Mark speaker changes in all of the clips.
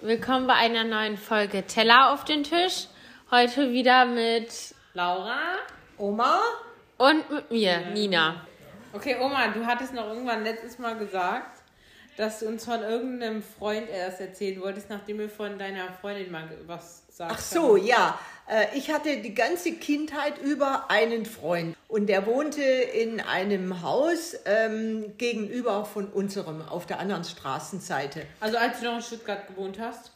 Speaker 1: Willkommen bei einer neuen Folge Teller auf den Tisch. Heute wieder mit Laura
Speaker 2: Oma?
Speaker 1: und mit mir, Nina.
Speaker 2: Okay, Oma, du hattest noch irgendwann letztes Mal gesagt, dass du uns von irgendeinem Freund erst erzählen wolltest, nachdem wir von deiner Freundin mal was sagst.
Speaker 3: Ach so, ja. Äh, Ich hatte die ganze Kindheit über einen Freund und der wohnte in einem Haus ähm, gegenüber von unserem auf der anderen Straßenseite.
Speaker 2: Also als du noch in Stuttgart gewohnt hast.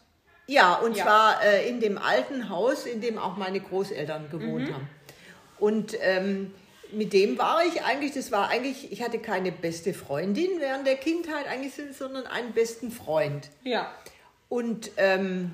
Speaker 3: Ja, und
Speaker 2: Ja.
Speaker 3: zwar äh, in dem alten Haus, in dem auch meine Großeltern gewohnt haben. Und ähm, mit dem war ich eigentlich, das war eigentlich, ich hatte keine beste Freundin während der Kindheit eigentlich, sondern einen besten Freund.
Speaker 2: Ja.
Speaker 3: Und ähm,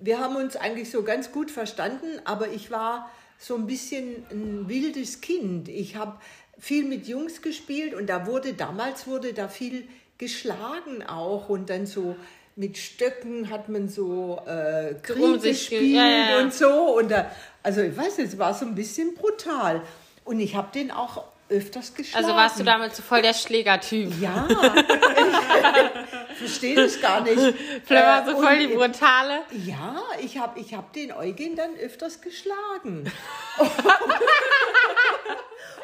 Speaker 3: wir haben uns eigentlich so ganz gut verstanden, aber ich war so ein bisschen ein wildes Kind. Ich habe viel mit Jungs gespielt und da wurde damals wurde da viel geschlagen auch und dann so mit Stöcken hat man so äh, Krieg
Speaker 1: um sich ge-
Speaker 3: gespielt
Speaker 1: ja, ja, ja.
Speaker 3: und so und da, also ich weiß nicht, es war so ein bisschen brutal und ich habe den auch öfters geschlagen.
Speaker 1: Also warst du damit so voll der Schlägertyp.
Speaker 3: Ja, ich verstehe das gar nicht.
Speaker 1: Vielleicht warst
Speaker 3: Äh,
Speaker 1: du voll
Speaker 3: und-
Speaker 1: die Brutale.
Speaker 3: ja, ich habe ich hab den Eugen dann öfters geschlagen.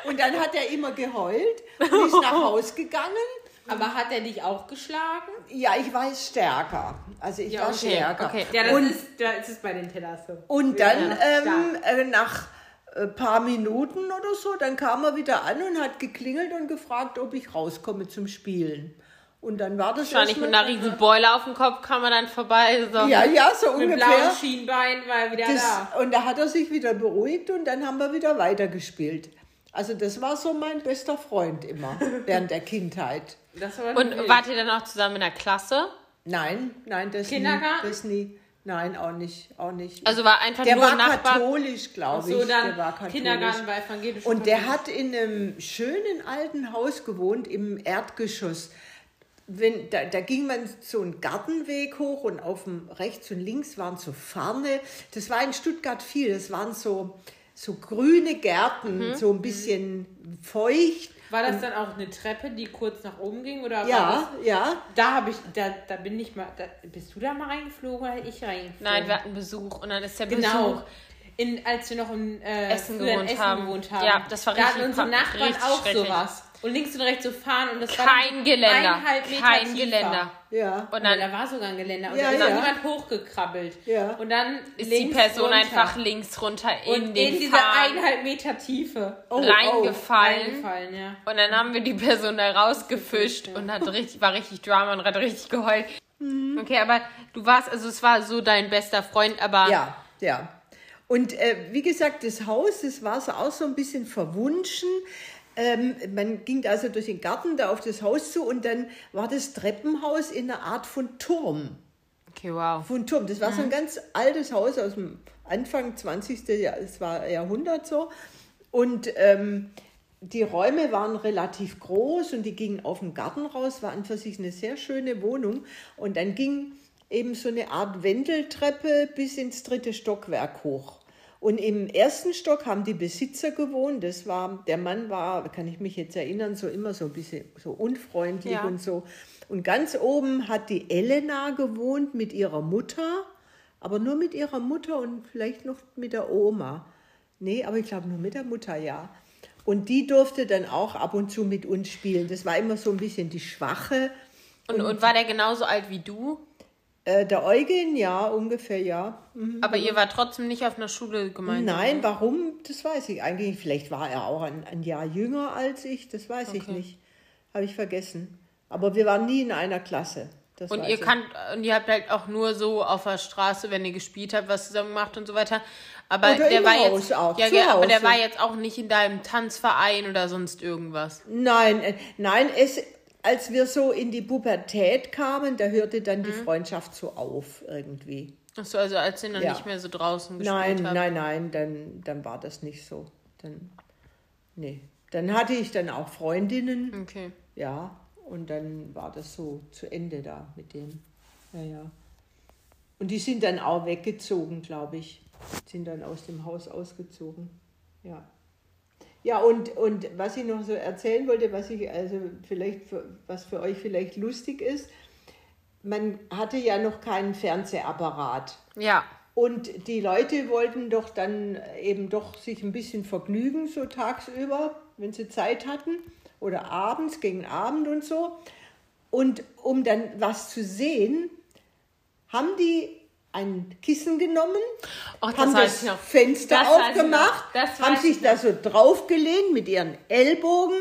Speaker 3: und dann hat er immer geheult und ist nach Haus gegangen.
Speaker 2: Mhm. Aber hat er dich auch geschlagen?
Speaker 3: Ja, ich war jetzt stärker. Also ich
Speaker 1: Ja,
Speaker 3: war
Speaker 1: okay,
Speaker 3: stärker.
Speaker 1: okay.
Speaker 2: Ja, das
Speaker 3: Und-
Speaker 2: ist, da ist es bei den Tellers so.
Speaker 3: Und dann
Speaker 2: stark.
Speaker 3: ähm, äh, nach ein paar Minuten oder so, dann kam er wieder an und hat geklingelt und gefragt, ob ich rauskomme zum Spielen. Und dann war das
Speaker 1: Wahrscheinlich mit
Speaker 3: erstmal-
Speaker 1: einer riesen Beule auf dem Kopf kam man dann vorbei. So.
Speaker 3: Ja, ja, so
Speaker 2: Mit
Speaker 3: ungefähr.
Speaker 2: blauem Schienbein war wieder
Speaker 3: Das,
Speaker 2: da.
Speaker 3: und da hat er sich wieder beruhigt und dann haben wir wieder weitergespielt. Also das war so mein bester Freund immer während der Kindheit.
Speaker 2: Das war
Speaker 1: Und
Speaker 2: wild.
Speaker 1: wart ihr dann auch zusammen in der Klasse?
Speaker 3: Nein, nein, das
Speaker 2: Kindergarten?
Speaker 3: nie, das nie. Nein, auch nicht, auch nicht.
Speaker 1: Also war einfach
Speaker 3: der
Speaker 1: nur
Speaker 3: war
Speaker 1: Nachbar.
Speaker 3: katholisch,
Speaker 2: Ach
Speaker 3: glaube ich.
Speaker 2: so,
Speaker 3: der war
Speaker 2: dann
Speaker 3: katholisch.
Speaker 2: Kindergarten war evangelisch.
Speaker 3: Und der hat in einem schönen alten Haus gewohnt, im Erdgeschoss. Wenn, da, da ging man so einen Gartenweg hoch und auf dem rechts und links waren so Farne. Das war in Stuttgart viel. Das waren so, so grüne Gärten, so ein bisschen feucht.
Speaker 2: war das dann auch eine Treppe, die kurz nach oben ging? Oder war das
Speaker 3: Ja, ja.
Speaker 2: Da habe ich, da, da bin ich mal, da, bist du da mal reingeflogen oder ich reingeflogen?
Speaker 1: Nein, wir hatten Besuch und dann ist der Besuch.
Speaker 2: genau. In, als wir noch in äh,
Speaker 1: Essen
Speaker 2: früher in
Speaker 1: gewohnt
Speaker 2: Essen
Speaker 1: haben.
Speaker 2: gewohnt haben.
Speaker 1: Ja, das war
Speaker 2: Da hatten
Speaker 1: richtig
Speaker 2: unsere
Speaker 1: pa-
Speaker 2: Nachbarn
Speaker 1: richtig
Speaker 2: auch
Speaker 1: schrecklich.
Speaker 2: sowas. Und links und rechts so fahren und das war
Speaker 1: Kein
Speaker 2: dann
Speaker 1: Geländer.
Speaker 2: eineinhalb Meter
Speaker 1: Kein
Speaker 2: tiefer.
Speaker 1: Geländer.
Speaker 3: ja.
Speaker 1: Und
Speaker 2: Ja,
Speaker 1: dann
Speaker 2: da war sogar ein Geländer und
Speaker 3: Ja,
Speaker 2: da ist
Speaker 3: ja.
Speaker 2: dann jemand hochgekrabbelt.
Speaker 3: Ja.
Speaker 2: Und dann
Speaker 1: ist die
Speaker 2: links
Speaker 1: Person
Speaker 2: runter.
Speaker 1: einfach links runter in
Speaker 2: und in,
Speaker 1: den
Speaker 2: diese
Speaker 1: Pfahl
Speaker 2: eineinhalb Meter Tiefe
Speaker 3: Oh,
Speaker 1: reingefallen.
Speaker 2: reingefallen, ja.
Speaker 1: Und dann haben wir die Person da rausgefischt und hat richtig, war richtig Drama und hat richtig geheult.
Speaker 3: Mhm.
Speaker 1: Okay, aber du warst, also es war so dein bester Freund, aber
Speaker 3: Ja, ja. Und äh, wie gesagt, das Haus, das war so auch so ein bisschen verwunschen. Ähm, man ging da also durch den Garten da auf das Haus zu und dann war das Treppenhaus in einer Art von Turm.
Speaker 1: okay, wow.
Speaker 3: Von Turm. Das war so ein ganz altes Haus aus dem Anfang 20. Jahr, es war Jahrhundert so. Und ähm, die Räume waren relativ groß und die gingen auf den Garten raus, war an für sich eine sehr schöne Wohnung. Und dann ging eben so eine Art Wendeltreppe bis ins dritte Stockwerk hoch. Und im ersten Stock haben die Besitzer gewohnt. Das war, der Mann war, kann ich mich jetzt erinnern, so immer so ein bisschen so unfreundlich
Speaker 1: Ja.
Speaker 3: und so. Und ganz oben hat die Elena gewohnt mit ihrer Mutter, aber nur mit ihrer Mutter und vielleicht noch mit der Oma. Nee, aber ich glaube nur mit der Mutter, ja. Und die durfte dann auch ab und zu mit uns spielen. Das war immer so ein bisschen die Schwache.
Speaker 1: Und, und war der genauso alt wie du?
Speaker 3: Äh, der Eugen, ja, ungefähr, ja.
Speaker 1: Aber ihr war trotzdem nicht auf einer Schule gemeinsam.
Speaker 3: Nein, warum, das weiß ich eigentlich. nicht. Vielleicht war er auch ein, ein Jahr jünger als ich, das weiß ich nicht. Habe ich vergessen. Aber wir waren nie in einer Klasse. Das
Speaker 1: Und
Speaker 3: weiß
Speaker 1: ihr
Speaker 3: ich.
Speaker 1: kannt, und ihr habt halt auch nur so auf der Straße, wenn ihr gespielt habt, was zusammen gemacht und so weiter. Aber
Speaker 3: Oder
Speaker 1: der
Speaker 3: im
Speaker 1: war
Speaker 3: Haus
Speaker 1: jetzt
Speaker 3: auch,
Speaker 1: ja,
Speaker 3: zu
Speaker 1: ge- aber der
Speaker 3: Hause.
Speaker 1: war jetzt auch nicht in deinem Tanzverein oder sonst irgendwas.
Speaker 3: Nein, äh, nein, es, als wir so in die Pubertät kamen, da hörte dann die Freundschaft so auf irgendwie.
Speaker 1: Achso, also als ihr noch
Speaker 3: Ja.
Speaker 1: nicht mehr so draußen gespielt
Speaker 3: Nein,
Speaker 1: habt.
Speaker 3: nein, nein, dann, dann war das nicht so. Dann, nee. dann hatte ich dann auch Freundinnen,
Speaker 1: Okay.
Speaker 3: ja, und dann war das so zu Ende da mit dem. Ja, ja. Und die sind dann auch weggezogen, glaube ich. Sind dann aus dem Haus ausgezogen. Ja. Ja, und, und was ich noch so erzählen wollte, was ich also vielleicht für, was für euch vielleicht lustig ist, man hatte ja noch keinen Fernsehapparat.
Speaker 1: Ja.
Speaker 3: Und die Leute wollten doch dann eben doch sich ein bisschen vergnügen, so tagsüber, wenn sie Zeit hatten. Oder abends, gegen Abend und so. Und um dann was zu sehen, haben die ein Kissen genommen,
Speaker 1: Och, Oh, das
Speaker 3: haben
Speaker 1: weiß
Speaker 3: das
Speaker 1: ich noch.
Speaker 3: Fenster
Speaker 1: Das weiß ich
Speaker 3: aufgemacht,
Speaker 1: noch. Das
Speaker 3: haben
Speaker 1: weiß
Speaker 3: sich
Speaker 1: ich
Speaker 3: da so draufgelehnt mit ihren Ellbogen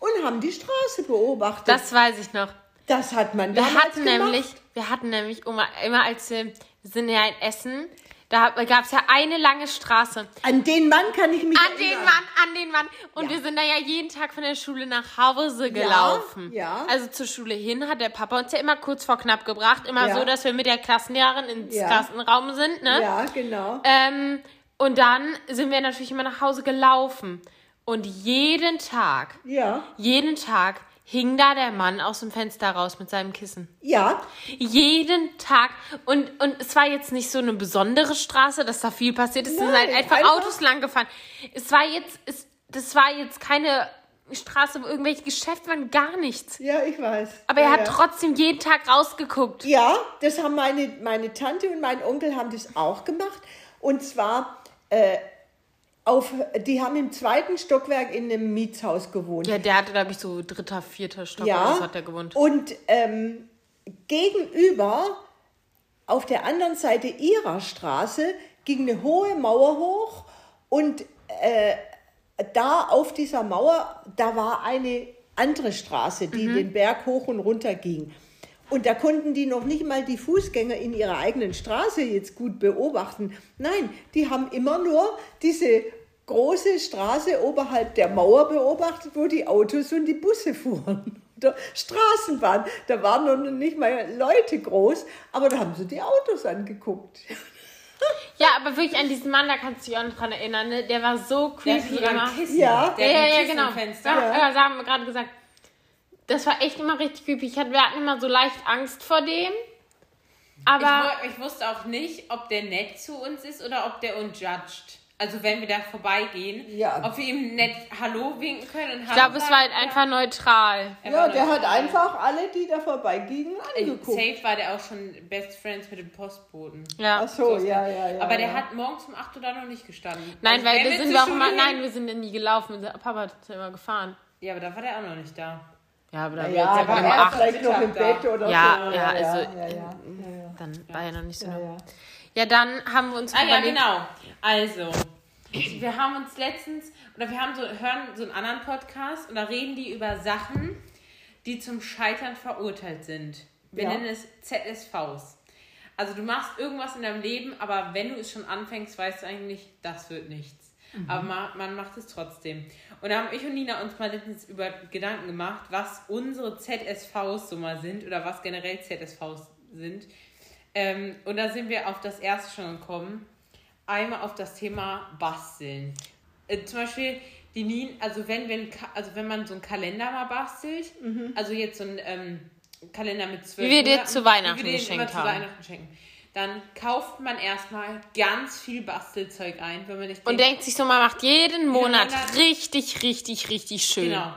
Speaker 3: und haben die Straße beobachtet.
Speaker 1: Das weiß ich noch.
Speaker 3: Das hat man
Speaker 1: Wir
Speaker 3: damals
Speaker 1: hatten
Speaker 3: gemacht.
Speaker 1: nämlich, wir hatten nämlich immer, immer als wir sind ja in Essen, da gab es ja eine lange Straße.
Speaker 3: An den Mann kann ich mich
Speaker 1: An
Speaker 3: erinnern.
Speaker 1: den Mann, an den Mann. Und
Speaker 3: Ja.
Speaker 1: wir sind da ja jeden Tag von der Schule nach Hause gelaufen.
Speaker 3: ja.
Speaker 1: Also zur Schule hin hat der Papa uns ja immer kurz vor knapp gebracht. Immer
Speaker 3: Ja.
Speaker 1: so, dass wir mit der Klassenlehrerin ins
Speaker 3: Ja.
Speaker 1: Klassenraum sind, ne?
Speaker 3: Ja, genau.
Speaker 1: Ähm, und dann sind wir natürlich immer nach Hause gelaufen. Und jeden Tag,
Speaker 3: ja,
Speaker 1: jeden Tag hing da der Mann aus dem Fenster raus mit seinem Kissen.
Speaker 3: ja,
Speaker 1: Jeden Tag. Und, und es war jetzt nicht so eine besondere Straße, dass da viel passiert ist. Es sind
Speaker 3: Nein,
Speaker 1: halt einfach,
Speaker 3: einfach-
Speaker 1: Autos lang gefahren. Es war jetzt, es, das war jetzt keine Straße, wo irgendwelche Geschäfte waren, gar nichts.
Speaker 3: ja, ich weiß.
Speaker 1: Aber er
Speaker 3: ja,
Speaker 1: hat
Speaker 3: ja.
Speaker 1: trotzdem jeden Tag rausgeguckt.
Speaker 3: Ja, das haben meine, meine Tante und mein Onkel haben das auch gemacht. Und zwar, äh, auf, die haben im zweiten Stockwerk in einem Mietshaus gewohnt.
Speaker 1: Ja, der hatte, glaube ich, so dritter, vierter Stock oder
Speaker 3: Ja,
Speaker 1: so hat er gewohnt.
Speaker 3: und ähm, gegenüber, auf der anderen Seite ihrer Straße, ging eine hohe Mauer hoch und äh, da auf dieser Mauer, da war eine andere Straße, die
Speaker 2: Mhm.
Speaker 3: den Berg hoch und runter ging. Und da konnten die noch nicht mal die Fußgänger in ihrer eigenen Straße jetzt gut beobachten. Nein, die haben immer nur diese große Straße oberhalb der Mauer beobachtet, wo die Autos und die Busse fuhren. Oder Straßenbahn. Da waren noch nicht mal Leute groß, aber da haben sie die Autos angeguckt.
Speaker 1: Ja, aber wirklich an diesen Mann, da kannst du dich auch noch dran erinnern, ne? Der war so
Speaker 2: Der hat
Speaker 1: creepy
Speaker 2: sogar
Speaker 1: immer.
Speaker 2: ein Kissen.
Speaker 3: Ja.
Speaker 2: Der
Speaker 1: ja,
Speaker 2: hat
Speaker 1: ja,
Speaker 2: ein
Speaker 1: ja,
Speaker 2: Kissen
Speaker 1: genau.
Speaker 2: im Fenster.
Speaker 1: Ja, ja. haben wir gerade gesagt. Das war echt immer richtig creepy. Ich hatte, wir hatten immer so leicht Angst vor dem.
Speaker 2: Ich,
Speaker 1: Aber
Speaker 2: woll- ich wusste auch nicht, ob der nett zu uns ist oder ob der uns judged. Also wenn wir da vorbeigehen,
Speaker 3: Ja.
Speaker 2: ob wir ihm nett Hallo winken können. Und
Speaker 1: ich glaube, es war halt einfach neutral.
Speaker 3: Ja, der hat einfach alle, die da vorbeigingen, angeguckt.
Speaker 2: Safe war der auch schon Best Friends mit dem Postboten.
Speaker 1: Ja.
Speaker 3: Ach so, Oh, ja, ja, ja.
Speaker 2: Aber der
Speaker 3: ja.
Speaker 2: hat morgens um 8 Uhr da noch nicht gestanden.
Speaker 1: Nein,
Speaker 2: Also
Speaker 1: weil wir
Speaker 2: wenn
Speaker 1: sind
Speaker 2: zur
Speaker 1: wir auch
Speaker 2: Schule
Speaker 1: immer,
Speaker 2: hin-
Speaker 1: nein, wir sind ja nie gelaufen. Wir sind, Papa hat uns ja immer gefahren.
Speaker 2: Ja, aber da war der auch noch nicht da.
Speaker 1: Ja, aber da war
Speaker 3: Ja, ja
Speaker 1: jetzt ja
Speaker 3: war
Speaker 1: um
Speaker 3: er
Speaker 1: acht.
Speaker 3: vielleicht noch im Bett oder
Speaker 1: Ja,
Speaker 3: so.
Speaker 1: ja, also-
Speaker 3: ja, ja, ja,
Speaker 1: Dann war ja noch nicht so.
Speaker 3: ja,
Speaker 1: Ja,
Speaker 3: ja.
Speaker 1: dann haben wir uns
Speaker 2: Ah ja,
Speaker 1: überlegt-
Speaker 2: genau. Also, wir haben uns letztens, oder wir haben so, hören so einen anderen Podcast und da reden die über Sachen, die zum Scheitern verurteilt sind. Wir
Speaker 3: Ja.
Speaker 2: nennen es ZSVs. Also du machst irgendwas in deinem Leben, aber wenn du es schon anfängst, weißt du eigentlich, das wird nichts.
Speaker 1: Mhm.
Speaker 2: Aber man, man macht es trotzdem. Und da haben ich und Nina uns mal letztens über Gedanken gemacht, was unsere ZSVs so mal sind oder was generell ZSVs sind. Ähm, und da sind wir auf das erste schon gekommen. Einmal auf das Thema Basteln. Äh, zum Beispiel die Nien, also wenn, wir ein Ka- also wenn man so einen Kalender mal bastelt, also jetzt so einen ähm, Kalender mit zwölf
Speaker 1: Mhm. Wie wir dir
Speaker 2: Monaten,
Speaker 1: zu Weihnachten
Speaker 2: wie wir den
Speaker 1: geschenkt
Speaker 2: immer zu
Speaker 1: haben.
Speaker 2: Weihnachten schenken, dann kauft man erstmal ganz viel Bastelzeug ein, wenn man nicht
Speaker 1: Und denkt sich so, man macht jeden Monat
Speaker 2: Monat-
Speaker 1: richtig, richtig, richtig schön.
Speaker 2: Genau.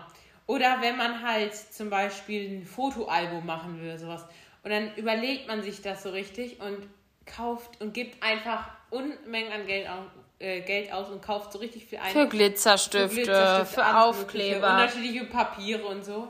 Speaker 2: Oder wenn man halt zum Beispiel ein Fotoalbum machen will oder sowas. Und dann überlegt man sich das so richtig und kauft und gibt einfach Unmengen an Geld, au- äh, Geld aus und kauft so richtig viel ein.
Speaker 1: Für Glitzerstifte, für,
Speaker 2: Glitzerstifte, alles Mögliche,
Speaker 1: Aufkleber.
Speaker 2: Unterschiedliche Papiere und so.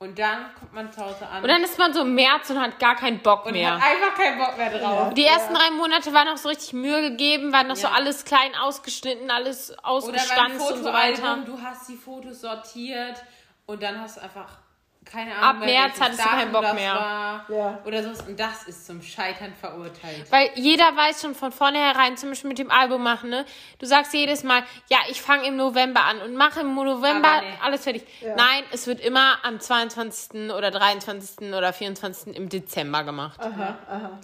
Speaker 2: Und dann kommt man zu Hause an
Speaker 1: Und dann ist man so im März und hat gar keinen Bock
Speaker 2: und
Speaker 1: mehr.
Speaker 2: hat einfach keinen Bock mehr drauf.
Speaker 1: Die ersten drei Monate waren noch so richtig Mühe gegeben, waren noch so
Speaker 2: Ja.
Speaker 1: alles klein ausgeschnitten, alles
Speaker 2: Oder beim
Speaker 1: ausgestanzt und so
Speaker 2: Fotoalbum,
Speaker 1: weiter.
Speaker 2: du hast die Fotos sortiert und dann hast du einfach keine Ahnung.
Speaker 1: Ab
Speaker 2: bei
Speaker 1: März
Speaker 2: welchem
Speaker 1: hattest du keinen
Speaker 2: Datum
Speaker 1: Bock
Speaker 2: das
Speaker 1: mehr.
Speaker 2: War
Speaker 3: Ja.
Speaker 2: Oder sowas. Und das ist zum Scheitern verurteilt.
Speaker 1: Weil jeder weiß schon von vornherein, zum Beispiel mit dem Album machen, ne? Du sagst jedes Mal, ja, ich fange im November an und mache im November
Speaker 2: Aber Ah, nee.
Speaker 1: alles fertig. Nein, es wird immer am 22. oder 23. oder 24. im Dezember gemacht.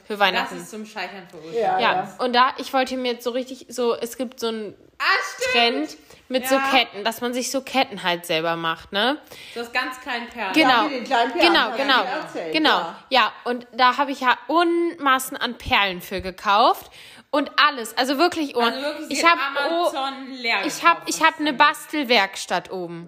Speaker 1: Für
Speaker 2: Das
Speaker 1: Weihnachten.
Speaker 2: ist zum Scheitern verurteilt.
Speaker 3: Ja,
Speaker 1: ja.
Speaker 3: ja.
Speaker 1: und da, ich wollte mir jetzt so richtig, so, es gibt so einen
Speaker 2: Ah, stimmt.
Speaker 1: Trend mit so
Speaker 2: Ja.
Speaker 1: Ketten, dass man sich so Ketten halt selber macht, ne?
Speaker 2: So aus ganz kleinen Perlen.
Speaker 1: Genau.
Speaker 3: mit den kleinen Perlen,
Speaker 1: Genau,
Speaker 3: hat er
Speaker 1: genau.
Speaker 3: mir erzählt,
Speaker 1: genau. Ja.
Speaker 3: ja.
Speaker 1: und da habe ich ja Unmassen an Perlen für gekauft und alles, also wirklich, oh,
Speaker 2: Also wirklich, sie
Speaker 1: ich
Speaker 2: hat
Speaker 1: habe oh,
Speaker 2: Amazon leer.
Speaker 1: ich habe ich habe eine Bastelwerkstatt oben.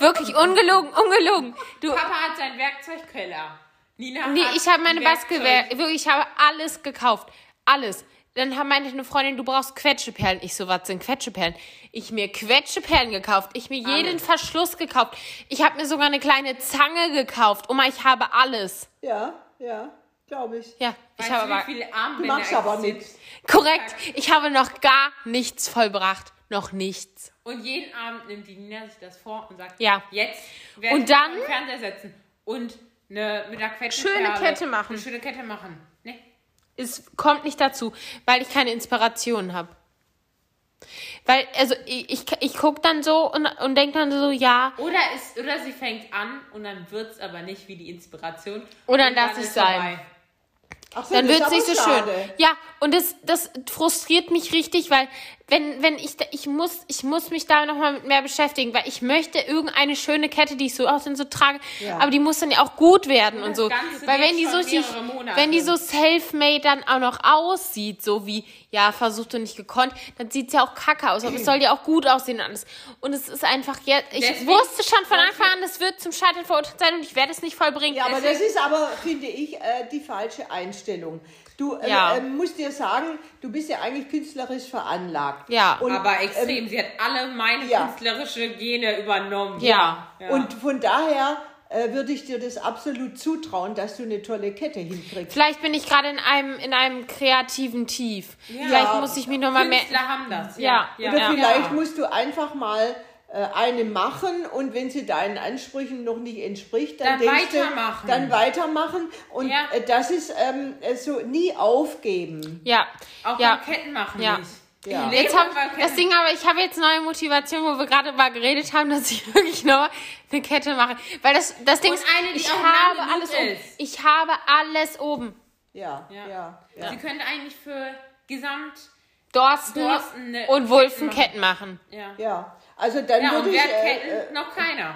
Speaker 1: wirklich ungelogen, ungelogen. Du
Speaker 2: Papa hat seinen Werkzeugkeller. Nina
Speaker 1: Nee,
Speaker 2: hat
Speaker 1: ich habe meine
Speaker 2: Werkzeug.
Speaker 1: Basketball, wirklich, ich habe alles gekauft. Alles. Dann haben- meinte eine Freundin, du brauchst Quetscheperlen. Ich so, was sind Quetscheperlen? Ich mir Quetscheperlen gekauft. Ich mir jeden Verschluss gekauft. Ich habe mir sogar eine kleine Zange gekauft. Oma, ich habe alles.
Speaker 3: Ja, ja, glaube ich.
Speaker 1: Ja, ich
Speaker 2: Weißt
Speaker 1: habe
Speaker 2: du,
Speaker 1: aber.
Speaker 2: wie viele Armbänder
Speaker 3: Machst aber
Speaker 2: existieren?
Speaker 3: nichts.
Speaker 1: Korrekt. Ich habe noch gar nichts vollbracht. Noch nichts.
Speaker 2: Und jeden Abend nimmt die Nina sich das vor und sagt,
Speaker 1: Ja.
Speaker 2: jetzt werde
Speaker 1: Und
Speaker 2: ich
Speaker 1: dann-
Speaker 2: mich am Fernseher setzen und eine, mit einer Quetsche
Speaker 1: Schöne Kette machen.
Speaker 2: Eine schöne Kette machen. ne? Nee.
Speaker 1: Es kommt nicht dazu, weil ich keine Inspiration habe. Weil, also, ich, ich, ich gucke dann so und, und denke dann so, ja,
Speaker 2: Oder, ist, oder sie fängt an und dann wird es aber nicht wie die Inspiration.
Speaker 1: Und dann
Speaker 2: Und
Speaker 1: lass
Speaker 2: ist
Speaker 1: es sein.
Speaker 2: vorbei.
Speaker 3: Ach so,
Speaker 1: dann
Speaker 3: das ist
Speaker 1: wird's nicht so
Speaker 3: aber
Speaker 1: schön.
Speaker 3: schade.
Speaker 1: Ja, und das, das frustriert mich richtig, weil wenn, wenn ich, da- ich muss, ich muss mich da nochmal mit mehr beschäftigen, weil ich möchte irgendeine schöne Kette, die ich so aus und so trage,
Speaker 3: Ja.
Speaker 1: aber die muss dann ja auch gut werden und
Speaker 2: das
Speaker 1: so.
Speaker 2: Ganze
Speaker 1: Weil
Speaker 2: geht
Speaker 1: wenn die so
Speaker 2: schon
Speaker 1: richtig,
Speaker 2: mehrere Monate.
Speaker 1: wenn die so self-made dann auch noch aussieht, so wie, ja, versucht und nicht gekonnt, dann sieht's ja auch kacke aus, aber es soll ja auch gut aussehen und alles. Und es ist einfach jetzt, ich
Speaker 2: Deswegen-
Speaker 1: wusste schon von Anfang an, es wird zum Scheitern verurteilt sein und ich werde es nicht vollbringen.
Speaker 3: Ja, aber
Speaker 1: Deswegen-
Speaker 3: das ist aber, finde ich, äh, die falsche Einstellung. Du äh,
Speaker 1: Ja.
Speaker 3: äh, musst dir sagen, du bist ja eigentlich künstlerisch veranlagt.
Speaker 1: Ja.
Speaker 3: Und,
Speaker 2: Aber extrem. sie hat alle meine
Speaker 3: Ähm, ja.
Speaker 2: künstlerische Gene übernommen.
Speaker 1: Ja.
Speaker 2: ja.
Speaker 3: Und von daher äh, würde ich dir das absolut zutrauen, dass du eine tolle Kette hinkriegst.
Speaker 1: Vielleicht bin ich gerade in einem, in einem kreativen Tief. Vielleicht muss ich mich nochmal mehr.
Speaker 2: Künstler haben das.
Speaker 1: Ja,
Speaker 3: Oder
Speaker 1: ja.
Speaker 3: vielleicht musst du einfach mal äh, eine machen und wenn sie deinen Ansprüchen noch nicht entspricht,
Speaker 2: Dann
Speaker 3: dann, denkst
Speaker 2: weitermachen.
Speaker 3: Du, dann weitermachen und
Speaker 2: Ja.
Speaker 3: äh, das ist ähm, äh, so nie aufgeben.
Speaker 1: Ja.
Speaker 2: Auch
Speaker 1: ja.
Speaker 2: beim Ketten machen
Speaker 1: Ja.
Speaker 2: nicht.
Speaker 3: Ja.
Speaker 2: Ich lebe
Speaker 1: Jetzt hab,
Speaker 2: beim Ketten.
Speaker 1: das Ding aber, ich habe jetzt neue Motivation, wo wir gerade mal geredet haben, dass ich wirklich noch eine Kette mache. Weil das, das Ding
Speaker 2: Und
Speaker 1: ist,
Speaker 2: eine, die
Speaker 1: ich
Speaker 2: auch lang
Speaker 1: habe
Speaker 2: genug
Speaker 1: alles oben.
Speaker 2: ist.
Speaker 1: Ich habe alles oben.
Speaker 3: Ja,
Speaker 2: Ja.
Speaker 3: ja, ja.
Speaker 2: Sie könnte eigentlich für Gesamt.
Speaker 1: Dorsten,
Speaker 2: Dorsten, ne,
Speaker 1: und Wulfen
Speaker 2: Ketten
Speaker 1: Ketten machen.
Speaker 2: Ja.
Speaker 3: Ja, also dann
Speaker 2: Ja, und
Speaker 3: würde ich,
Speaker 2: wer hat
Speaker 3: äh,
Speaker 2: Ketten?
Speaker 3: äh,
Speaker 2: Noch keiner.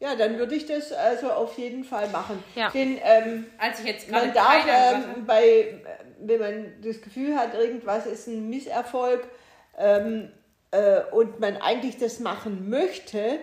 Speaker 3: ja, dann würde ich das also auf jeden Fall machen.
Speaker 1: Ja.
Speaker 3: Denn ähm,
Speaker 2: Als ich jetzt gerade
Speaker 3: man darf,
Speaker 2: keiner gesagt
Speaker 3: ähm, bei, äh, wenn man das Gefühl hat, irgendwas ist ein Misserfolg ähm, äh, und man eigentlich das machen möchte,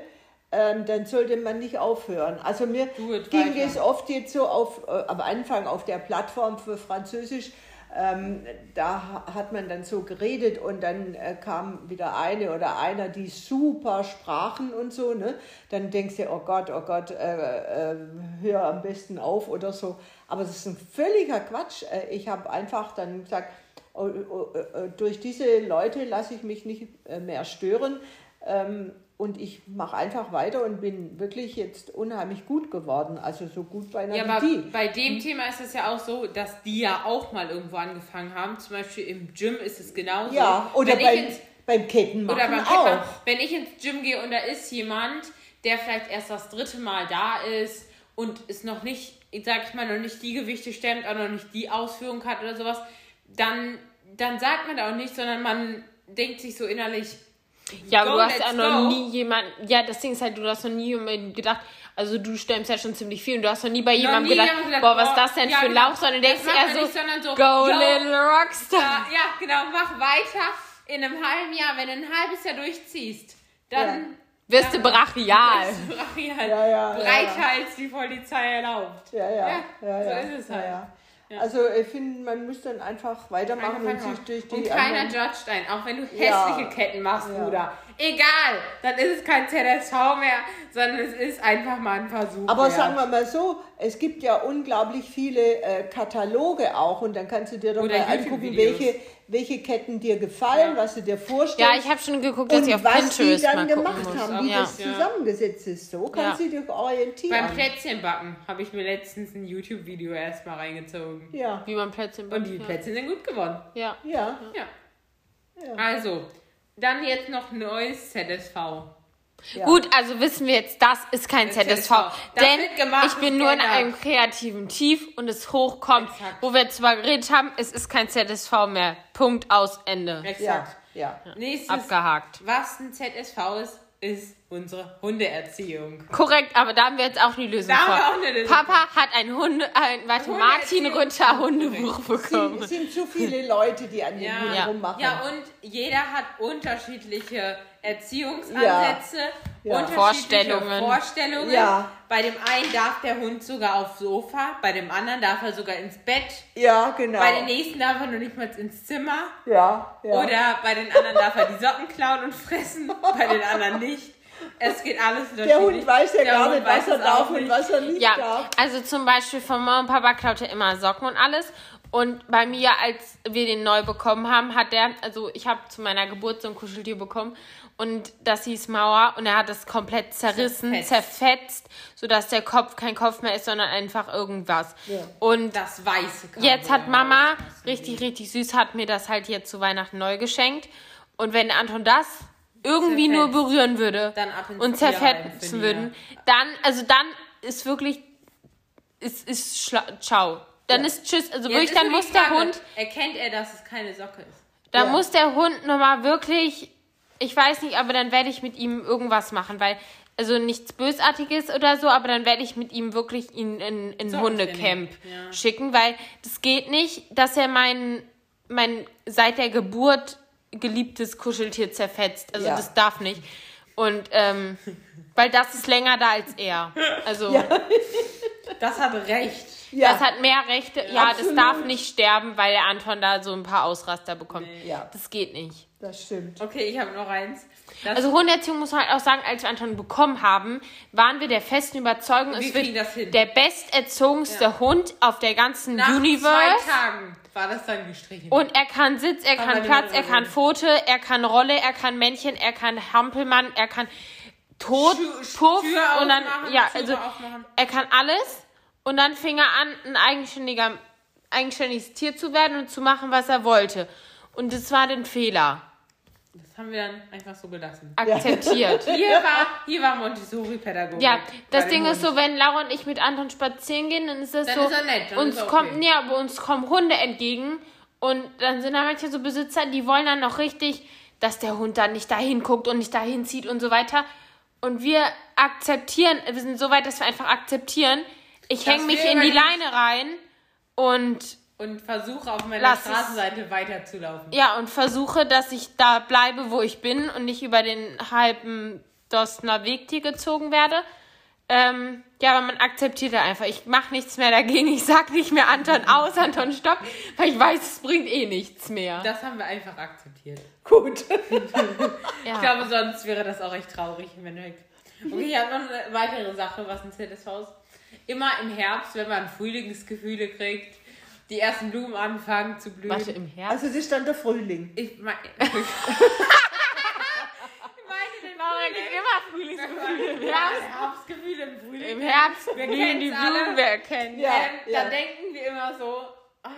Speaker 3: ähm, dann sollte man nicht aufhören. Also mir
Speaker 2: Do it
Speaker 3: ging
Speaker 2: weiter.
Speaker 3: es oft jetzt so auf, äh, am Anfang auf der Plattform für Französisch. Ähm, da ha- hat man dann so geredet und dann äh, kam wieder eine oder einer, die super sprachen und so. Ne? Dann denkst du, oh Gott, oh Gott, äh, äh, hör am besten auf oder so. Aber das ist ein völliger Quatsch. Äh, ich habe einfach dann gesagt, oh, oh, oh, durch diese Leute lasse ich mich nicht äh, mehr stören. Ähm, und ich mache einfach weiter und bin wirklich jetzt unheimlich gut geworden. Also so gut beinahe
Speaker 2: Ja,
Speaker 3: wie
Speaker 2: aber
Speaker 3: die.
Speaker 2: bei dem Thema ist es ja auch so, dass die ja auch mal irgendwo angefangen haben. Zum Beispiel im Gym ist es genauso.
Speaker 3: Ja, oder
Speaker 2: wenn ich
Speaker 3: beim,
Speaker 2: ins,
Speaker 3: beim Kettenmachen
Speaker 2: oder beim
Speaker 3: auch.
Speaker 2: Kicker, wenn ich ins Gym gehe und da ist jemand, der vielleicht erst das dritte Mal da ist und ist noch nicht, ich sag ich mal, noch nicht die Gewichte stemmt, auch noch nicht die Ausführung hat oder sowas, dann, dann sagt man da auch nichts, sondern man denkt sich so innerlich,
Speaker 1: Ja, aber
Speaker 2: Go,
Speaker 1: du hast ja
Speaker 2: let's
Speaker 1: noch
Speaker 2: go.
Speaker 1: nie jemanden. Ja, das Ding ist halt, du hast noch nie jemanden gedacht. Also du stemmst ja schon ziemlich viel und du hast noch nie bei jemandem
Speaker 2: nie
Speaker 1: gedacht,
Speaker 2: jemandem gedacht,
Speaker 1: boah, was
Speaker 2: boah,
Speaker 1: ist das denn
Speaker 2: ja,
Speaker 1: für ein
Speaker 2: genau.
Speaker 1: Lauch, sondern
Speaker 2: Das
Speaker 1: denkst
Speaker 2: macht man
Speaker 1: eher so,
Speaker 2: nicht, sondern so,
Speaker 1: go
Speaker 2: yo,
Speaker 1: little rockstar.
Speaker 2: Ja, ja, genau, mach weiter in einem halben Jahr. Wenn du ein halbes Jahr durchziehst, dann
Speaker 1: Wirst du brachial.
Speaker 2: bist du brachial.
Speaker 3: Ja, ja, ja.
Speaker 2: Breithals, wie Polizei erlaubt.
Speaker 3: Ja, ja, ja, ja.
Speaker 2: so ist es halt.
Speaker 3: Ja, ja. Also ich finde, man muss dann einfach weitermachen und sich durch die
Speaker 2: und keiner
Speaker 3: anderen-
Speaker 2: judgt einen, auch wenn du hässliche
Speaker 3: Ja.
Speaker 2: Ketten machst,
Speaker 3: Ja.
Speaker 2: Bruder. Egal, dann ist es kein ZSV mehr, sondern es ist einfach mal ein Versuch.
Speaker 3: Aber
Speaker 2: wert.
Speaker 3: sagen wir mal so, es gibt ja unglaublich viele äh, Kataloge auch und dann kannst du dir doch
Speaker 2: Oder
Speaker 3: mal angucken,
Speaker 2: YouTube-Videos.
Speaker 3: welche, welche Ketten dir gefallen, was du dir vorstellst.
Speaker 1: Ja, ich habe schon geguckt, dass
Speaker 3: und
Speaker 1: ich auf
Speaker 3: was
Speaker 1: Pinterest
Speaker 3: die dann
Speaker 1: mal
Speaker 3: gemacht
Speaker 1: gucken muss.
Speaker 3: haben, wie
Speaker 1: ja.
Speaker 3: das zusammengesetzt ist. So kannst
Speaker 1: Ja.
Speaker 3: du dich orientieren.
Speaker 2: Beim Plätzchenbacken habe ich mir letztens ein YouTube-Video erstmal reingezogen.
Speaker 3: ja,
Speaker 1: Wie man Plätzchen
Speaker 2: Und die
Speaker 1: backt,
Speaker 2: Plätzchen sind gut geworden.
Speaker 1: ja. ja.
Speaker 3: ja.
Speaker 2: Ja. Also, dann jetzt noch neues ZSV.
Speaker 3: ja.
Speaker 1: Gut, also wissen wir jetzt, das ist kein
Speaker 2: Das
Speaker 1: ZSV.
Speaker 2: ist ZSV. Das
Speaker 1: Denn
Speaker 2: wird gemacht,
Speaker 1: ich bin
Speaker 2: das
Speaker 1: nur in
Speaker 2: geht ab.
Speaker 1: einem kreativen Tief und es hochkommt,
Speaker 2: Exakt.
Speaker 1: wo wir zwar geredet haben, es ist kein ZSV mehr. Punkt aus Ende.
Speaker 2: Exakt.
Speaker 3: Ja, ja.
Speaker 2: Nächstes,
Speaker 1: Abgehakt.
Speaker 2: was ein ZSV ist, ist unsere Hundeerziehung.
Speaker 1: Korrekt, aber da haben wir jetzt auch die Lösung
Speaker 2: Da haben
Speaker 1: vor.
Speaker 2: wir auch eine Lösung
Speaker 1: Papa hat ein Hunde, ein, warte,
Speaker 2: Hundeerziehung.
Speaker 1: Martin Rütter Hundebuch bekommen.
Speaker 3: Es sind zu viele Leute, die an dem
Speaker 2: Ja.
Speaker 3: Hund
Speaker 1: Ja.
Speaker 3: rummachen.
Speaker 2: Ja, und jeder hat unterschiedliche Erziehungsansätze,
Speaker 3: Ja.
Speaker 2: unterschiedliche
Speaker 1: Vorstellungen.
Speaker 2: Vorstellungen.
Speaker 3: Ja.
Speaker 2: Bei dem einen darf der Hund sogar aufs Sofa, bei dem anderen darf er sogar ins Bett,
Speaker 3: ja, genau.
Speaker 2: bei den nächsten darf er noch nicht mal ins Zimmer
Speaker 3: ja, ja.
Speaker 2: oder bei den anderen darf er die Socken klauen und fressen, bei den anderen nicht. Es geht alles
Speaker 3: der Hund
Speaker 2: unterschiedlich.
Speaker 3: weiß ja
Speaker 2: Der
Speaker 3: gar
Speaker 2: Hund
Speaker 3: nicht, was
Speaker 2: weiß
Speaker 3: er
Speaker 2: es auch
Speaker 3: darf und
Speaker 2: nicht.
Speaker 3: was er nicht
Speaker 1: Ja,
Speaker 3: darf.
Speaker 1: also zum Beispiel von Mama und Papa klaut er immer Socken und alles. Und bei mir, als wir den neu bekommen haben, hat der, also ich habe zu meiner Geburt so ein Kuscheltier bekommen und das hieß Mauer und er hat das komplett zerrissen,
Speaker 2: Zerfetzt.
Speaker 1: zerfetzt, sodass der Kopf kein Kopf mehr ist, sondern einfach irgendwas. Und
Speaker 2: Das weiße Kabel.
Speaker 1: Jetzt hat Mama, richtig, richtig süß, hat mir das halt jetzt zu Weihnachten neu geschenkt. Und wenn Anton das irgendwie nur
Speaker 2: Zerfetzt.
Speaker 1: berühren würde
Speaker 2: Dann ab ins
Speaker 1: und
Speaker 2: Tierheim für
Speaker 1: zerfetzen
Speaker 2: die,
Speaker 1: würden, dann, also dann ist wirklich, ist, ist schla- ciao. Dann ist tschüss. Also
Speaker 2: Jetzt
Speaker 1: wirklich,
Speaker 2: ist
Speaker 1: dann
Speaker 2: nur die
Speaker 1: muss der
Speaker 2: Frage,
Speaker 1: Hund,
Speaker 2: Erkennt er, dass es keine Socke ist?
Speaker 1: dann
Speaker 3: Ja.
Speaker 1: muss der Hund nochmal wirklich, ich weiß nicht, aber dann werde ich mit ihm irgendwas machen, weil, also nichts Bösartiges oder so, aber dann werde ich mit ihm wirklich ihn in, in
Speaker 2: Sockentraining,
Speaker 1: Hundecamp
Speaker 2: ja.
Speaker 1: schicken, weil das geht nicht, dass er mein, mein seit der Geburt geliebtes Kuscheltier zerfetzt. Also
Speaker 3: Ja.
Speaker 1: das darf nicht. Und ähm, weil das ist länger da als er. Also
Speaker 2: Das hat recht.
Speaker 3: Ja.
Speaker 1: das hat mehr Rechte. Ja, das darf nicht sterben, weil der Anton da so ein paar Ausraster bekommt.
Speaker 3: Ja.
Speaker 1: Das geht nicht.
Speaker 3: das stimmt.
Speaker 2: Okay, ich habe noch eins. Das
Speaker 1: Also Hundeerziehung muss man halt auch sagen, als wir Anton bekommen haben, waren wir der festen Überzeugung,
Speaker 2: Wir
Speaker 1: es
Speaker 2: kriegen
Speaker 1: wird
Speaker 2: das hin.
Speaker 1: der besterzogenste Hund auf der ganzen
Speaker 2: Nach
Speaker 1: Universe.
Speaker 2: zwei Tagen war das dann gestrichen.
Speaker 1: Und er kann Sitz, er
Speaker 2: Aber
Speaker 1: kann
Speaker 2: die
Speaker 1: Platz, er
Speaker 2: Rolle.
Speaker 1: kann Pfote, er kann Rolle, er kann Männchen, er kann Hampelmann, er kann Tod,
Speaker 2: Schu-
Speaker 1: Puff
Speaker 2: Tür aufmachen,
Speaker 1: und dann ja,
Speaker 2: Türe
Speaker 1: also
Speaker 2: aufmachen.
Speaker 1: er kann alles und dann fing er an, ein eigenständiger, eigenständiges Tier zu werden und zu machen, was er wollte. Und das war den Fehler.
Speaker 2: Das haben wir dann einfach so gelassen.
Speaker 1: Akzeptiert. Ja,
Speaker 2: Hier war, hier war Montessori-Pädagogik.
Speaker 1: das
Speaker 2: Bei dem
Speaker 1: Ding ist
Speaker 2: Hund.
Speaker 1: so, wenn Laura und ich mit Anton spazieren gehen, dann ist das
Speaker 2: Dann
Speaker 1: so.
Speaker 2: ist er nett, dann
Speaker 1: uns
Speaker 2: ist er
Speaker 1: kommt,
Speaker 2: okay.
Speaker 1: nee, aber uns kommen Hunde entgegen und dann sind da manche so Besitzer, die wollen dann noch richtig, dass der Hund dann nicht dahin guckt und nicht dahin zieht und so weiter. Und wir akzeptieren, wir sind so weit, dass wir einfach akzeptieren. Ich
Speaker 2: Dass
Speaker 1: hänge mich
Speaker 2: wir
Speaker 1: in die
Speaker 2: über die-
Speaker 1: Leine rein und
Speaker 2: Und versuche auf meiner
Speaker 1: Lass es.
Speaker 2: Straßenseite weiterzulaufen.
Speaker 1: ja und versuche, dass ich da bleibe, wo ich bin und nicht über den halben Dostner Weg hier gezogen werde. Ähm, ja, aber man akzeptiert ja einfach. Ich mache nichts mehr dagegen. Ich sag nicht mehr Anton aus, Anton stopp, weil ich weiß, es bringt eh nichts mehr.
Speaker 2: Das haben wir einfach akzeptiert.
Speaker 3: Gut.
Speaker 1: ja.
Speaker 2: Ich glaube, sonst wäre das auch echt traurig im Endeffekt. Okay, ich habe noch eine weitere Sache, was ein ZSV ist. Immer im Herbst, wenn man Frühlingsgefühle kriegt, die ersten Blumen anfangen zu blühen.
Speaker 1: Warte, im Herbst?
Speaker 3: Also das ist dann der Frühling.
Speaker 2: Ich meine. ich meine den Frühling.
Speaker 1: immer Frühlingsgefühle.
Speaker 2: Wir haben Herbstgefühle im Frühling.
Speaker 1: Im Herbst
Speaker 2: Wir
Speaker 1: blühen die
Speaker 2: kennen's alle.
Speaker 1: Blumen, wer kennt.
Speaker 3: Ja,
Speaker 2: ähm,
Speaker 3: ja.
Speaker 2: Da denken wir immer so, ah,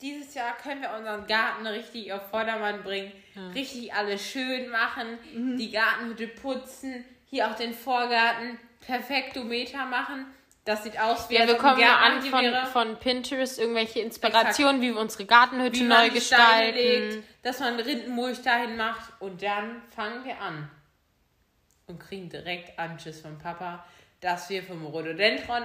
Speaker 2: dieses Jahr können wir unseren Garten richtig auf Vordermann bringen, richtig alles schön machen,
Speaker 1: Mhm.
Speaker 2: die Gartenhütte putzen, hier auch den Vorgarten perfektometer machen. Das sieht aus wie
Speaker 1: Ja,
Speaker 2: als
Speaker 1: wir
Speaker 2: ob ein
Speaker 1: kommen mal an
Speaker 2: Also, Garten
Speaker 1: von,
Speaker 2: wäre,
Speaker 1: von Pinterest, irgendwelche Inspirationen, wie wir unsere Gartenhütte
Speaker 2: wie man
Speaker 1: neu
Speaker 2: die Steine
Speaker 1: gestalten.
Speaker 2: legt, dass man Rindenmulch dahin macht und dann fangen wir an und kriegen direkt Anschiss von Papa, dass wir vom Rhododendron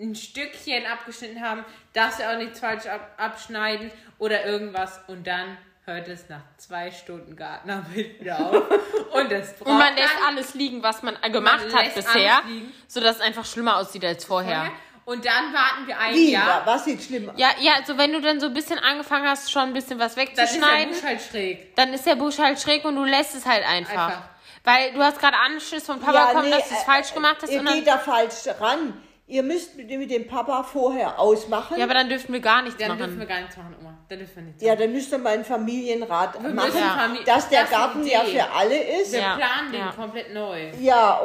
Speaker 2: ein Stückchen abgeschnitten haben, dass wir auch nichts falsch ab abschneiden oder irgendwas und dann hört es nach zwei Stunden Gartenarbeit wieder auf und das braucht
Speaker 1: Und man lässt
Speaker 2: dann
Speaker 1: alles liegen, was man äh, gemacht
Speaker 2: Man
Speaker 1: hat
Speaker 2: lässt
Speaker 1: bisher,
Speaker 2: alles liegen.
Speaker 1: sodass es einfach schlimmer aussieht als vorher.
Speaker 2: vorher. und dann warten wir ein
Speaker 3: Wie?
Speaker 2: Jahr.
Speaker 3: Was sieht schlimm aus?
Speaker 1: Ja, ja, also wenn du dann so ein bisschen angefangen hast, schon ein bisschen was
Speaker 2: Dann ist der
Speaker 1: wegzuschneiden,
Speaker 2: Busch halt schräg.
Speaker 1: dann ist der Busch halt schräg und du lässt es halt einfach.
Speaker 2: Einfach.
Speaker 1: Weil du hast gerade Anschiss von Papa
Speaker 3: Ja,
Speaker 1: bekommen,
Speaker 3: nee,
Speaker 1: dass du es
Speaker 3: äh,
Speaker 1: falsch gemacht hast.
Speaker 3: Ihr
Speaker 1: Und dann,
Speaker 3: geht da falsch ran. Ihr müsst mit, mit dem Papa vorher ausmachen.
Speaker 1: ja, aber dann dürften wir gar nichts
Speaker 2: Dann dürfen
Speaker 1: machen.
Speaker 2: wir gar nichts machen, Oma. Dann dürfen wir nichts
Speaker 3: Ja, dann müsst ihr mal einen Familienrat machen,
Speaker 2: müssen Famili-
Speaker 3: dass der
Speaker 2: Das ist eine
Speaker 3: Garten ja
Speaker 2: Idee.
Speaker 3: für alle ist.
Speaker 2: Wir
Speaker 3: Ja,
Speaker 1: Ja,
Speaker 2: planen den
Speaker 1: ja.
Speaker 2: komplett neu.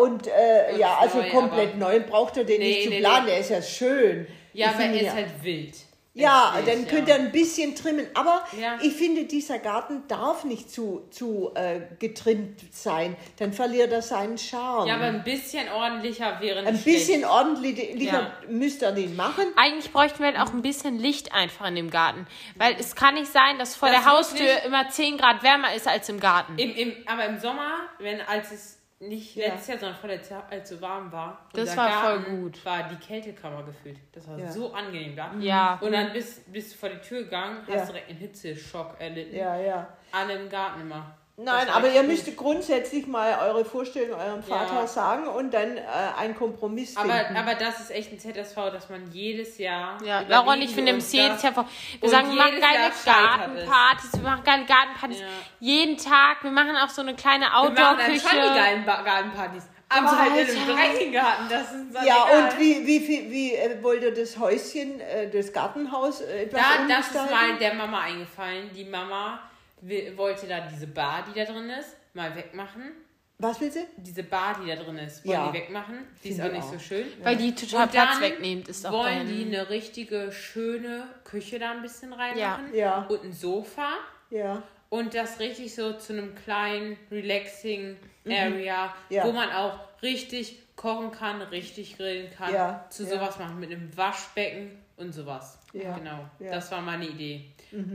Speaker 3: und äh, ja, also
Speaker 2: neu,
Speaker 3: komplett
Speaker 2: aber-
Speaker 3: neu braucht ihr den
Speaker 2: Nee,
Speaker 3: nicht zu
Speaker 2: nee,
Speaker 3: planen.
Speaker 2: nee.
Speaker 3: Der ist ja schön.
Speaker 2: Ja,
Speaker 3: Ich
Speaker 2: aber er
Speaker 3: finde
Speaker 2: ist
Speaker 3: ja-
Speaker 2: halt wild.
Speaker 3: Ja,
Speaker 2: Er ist wild,
Speaker 3: dann könnt ihr ein bisschen trimmen. Aber
Speaker 2: Ja.
Speaker 3: ich finde, dieser Garten darf nicht zu, zu äh, getrimmt sein. Dann verliert er seinen Charme.
Speaker 2: Ja, aber ein bisschen ordentlicher wäre nicht
Speaker 3: ein
Speaker 2: schlecht.
Speaker 3: bisschen ordentlich
Speaker 2: Ja.
Speaker 3: müsst ihr den machen.
Speaker 1: Eigentlich bräuchten wir halt auch ein bisschen Licht einfach in dem Garten. Weil es kann nicht sein, dass vor
Speaker 2: Das
Speaker 1: der
Speaker 2: muss
Speaker 1: Haustür
Speaker 2: nicht-
Speaker 1: immer 10 Grad wärmer ist als im Garten.
Speaker 2: Im, im, aber im Sommer, wenn als es nicht
Speaker 3: Ja.
Speaker 2: letztes Jahr, sondern vorletztes Jahr, als so warm war.
Speaker 1: Das
Speaker 2: unser
Speaker 1: war voll
Speaker 2: Garten
Speaker 1: gut.
Speaker 2: War die Kältekammer gefühlt. Das war
Speaker 3: Ja.
Speaker 2: so angenehm da.
Speaker 1: Ja.
Speaker 2: Und dann bist, bist du vor die Tür gegangen, hast
Speaker 3: Ja.
Speaker 2: direkt einen Hitzeschock erlitten.
Speaker 3: Ja, ja.
Speaker 2: Alle im Garten immer.
Speaker 3: Nein,
Speaker 2: Das war
Speaker 3: aber
Speaker 2: echt
Speaker 3: ihr
Speaker 2: gut.
Speaker 3: müsst grundsätzlich mal eure Vorstellung eurem
Speaker 2: Ja.
Speaker 3: Vater sagen und dann äh, einen Kompromiss finden.
Speaker 2: Aber, aber das ist echt ein ZSV, dass man jedes Jahr.
Speaker 1: Ja,
Speaker 2: überlegen
Speaker 1: Laura und ich finden
Speaker 2: uns
Speaker 1: uns jedes
Speaker 2: das.
Speaker 1: Jahr vor. Wir
Speaker 2: Und
Speaker 1: sagen, wir machen
Speaker 2: jedes Jahr
Speaker 1: geile
Speaker 2: scheitert es.
Speaker 1: Gartenpartys, wir machen geile Gartenpartys
Speaker 2: Ja.
Speaker 1: jeden Tag. Wir machen auch so eine kleine
Speaker 2: Wir machen dann
Speaker 1: Outdoor-Küche.
Speaker 2: schon die geilen Ba- Gartenpartys. Aber
Speaker 1: Aber
Speaker 2: halt in einem
Speaker 1: Alter.
Speaker 2: dreckigen Garten. Das ist dann
Speaker 3: ja,
Speaker 2: egal.
Speaker 3: und wie, wie, wie, wie äh, wollt ihr das Häuschen, äh, das Gartenhaus äh, etwas
Speaker 2: Da, das ist
Speaker 3: umgestalten?
Speaker 2: mal der Mama eingefallen. Die Mama will, wollte da diese Bar, die da drin ist, mal wegmachen.
Speaker 3: Was will sie?
Speaker 2: Diese Bar, die da drin ist, wollen
Speaker 3: Ja.
Speaker 2: die wegmachen. Die ist
Speaker 3: Finde
Speaker 2: auch nicht
Speaker 3: ich auch.
Speaker 2: so schön.
Speaker 1: Weil die total
Speaker 2: Und
Speaker 1: Platz
Speaker 2: dann
Speaker 1: wegnehmt, ist auch
Speaker 2: wollen
Speaker 1: dahin.
Speaker 2: die eine richtige schöne Küche da ein bisschen reinmachen
Speaker 3: Ja.
Speaker 2: und ein Sofa
Speaker 3: Ja.
Speaker 2: und das richtig so zu einem kleinen relaxing Area,
Speaker 3: Mhm. Ja.
Speaker 2: wo man auch richtig kochen kann, richtig grillen kann,
Speaker 3: Ja,
Speaker 2: zu
Speaker 3: ja.
Speaker 2: sowas machen mit einem Waschbecken und sowas.
Speaker 3: Ja,
Speaker 2: Genau,
Speaker 3: ja. Mhm.
Speaker 2: das war meine Idee.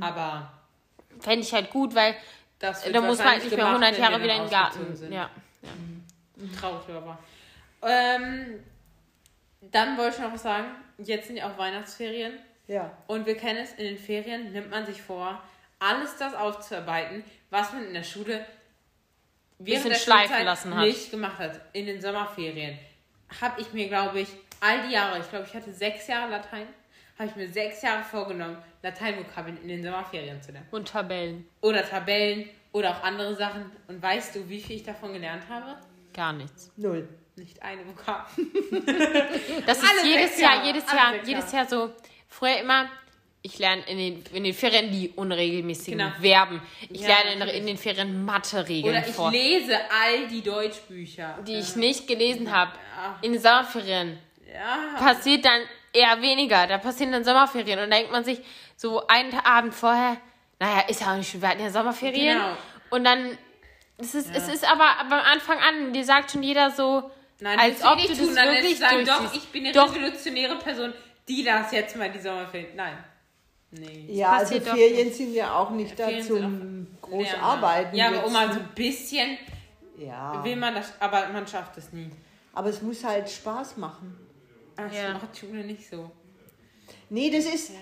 Speaker 2: Aber
Speaker 1: Fände ich halt gut, weil
Speaker 2: das wird
Speaker 1: da muss man halt
Speaker 2: wahrscheinlich
Speaker 1: nicht mehr
Speaker 2: gemacht,
Speaker 1: 100
Speaker 2: wenn
Speaker 1: Jahre
Speaker 2: wir
Speaker 1: wieder
Speaker 2: dann
Speaker 1: in den Garten.
Speaker 2: ausgezogen sind.
Speaker 1: Ja.
Speaker 2: Traurig aber. Ähm, dann wollte ich noch was sagen. Jetzt sind ja auch Weihnachtsferien.
Speaker 3: Ja.
Speaker 2: Und wir kennen es, in den Ferien nimmt man sich vor, alles das aufzuarbeiten, was man in der Schule während
Speaker 1: Bisschen
Speaker 2: der
Speaker 1: schleifen
Speaker 2: Schulzeit
Speaker 1: lassen hat.
Speaker 2: nicht gemacht hat. In den Sommerferien habe ich mir, glaube ich, all die Jahre, ich glaube, ich hatte sechs Jahre Latein, habe ich mir sechs Jahre vorgenommen, Lateinvokabeln in den Sommerferien zu lernen.
Speaker 1: Und Tabellen.
Speaker 2: Oder Tabellen oder auch andere Sachen. Und weißt du, wie viel ich davon gelernt habe?
Speaker 1: Gar nichts.
Speaker 3: Null.
Speaker 2: Nicht eine Vokabel.
Speaker 1: Das ist
Speaker 2: Alle
Speaker 1: jedes
Speaker 2: sechs
Speaker 1: Jahr,
Speaker 2: Jahre,
Speaker 1: jedes
Speaker 2: alle
Speaker 1: Jahr,
Speaker 2: sechs
Speaker 1: jedes Jahr so. Früher immer, ich lerne in den, in den Ferien die unregelmäßigen
Speaker 2: Genau.
Speaker 1: Verben. Ich
Speaker 2: Ja,
Speaker 1: lerne in,
Speaker 2: natürlich.
Speaker 1: in den Ferien Mathe-Regeln
Speaker 2: Oder ich
Speaker 1: vor,
Speaker 2: lese all die Deutschbücher.
Speaker 1: die ich nicht gelesen habe.
Speaker 2: Ja.
Speaker 1: In den Sommerferien.
Speaker 2: Ja.
Speaker 1: passiert dann eher weniger. Da passieren dann Sommerferien. Und da denkt man sich so einen Ta- Abend vorher, naja, ist ja auch nicht schön, wir hatten ja Sommerferien.
Speaker 2: Genau.
Speaker 1: Und dann, es ist, es ist aber aber am Anfang an, dir sagt schon jeder so,
Speaker 2: Nein,
Speaker 1: als ob du
Speaker 2: nicht
Speaker 1: das
Speaker 2: tun, dann
Speaker 1: wirklich
Speaker 2: sagen, doch,
Speaker 1: durchziehst.
Speaker 2: ich bin eine
Speaker 1: Doch.
Speaker 2: revolutionäre Person, die das jetzt mal die Sommerferien. Nein. Nee.
Speaker 3: Ja, also
Speaker 1: passiert doch
Speaker 3: Ferien sind ja auch nicht da
Speaker 2: Ferien sind
Speaker 3: zum
Speaker 2: Lernen.
Speaker 3: groß arbeiten.
Speaker 2: Ja, aber
Speaker 3: jetzt,
Speaker 2: um mal so
Speaker 3: ne?
Speaker 2: ein bisschen
Speaker 3: ja.
Speaker 2: will man das, aber man schafft es nie.
Speaker 3: aber es muss halt Spaß machen.
Speaker 2: Das
Speaker 1: Ja.
Speaker 2: macht Schule nicht so.
Speaker 3: Nee, das ist,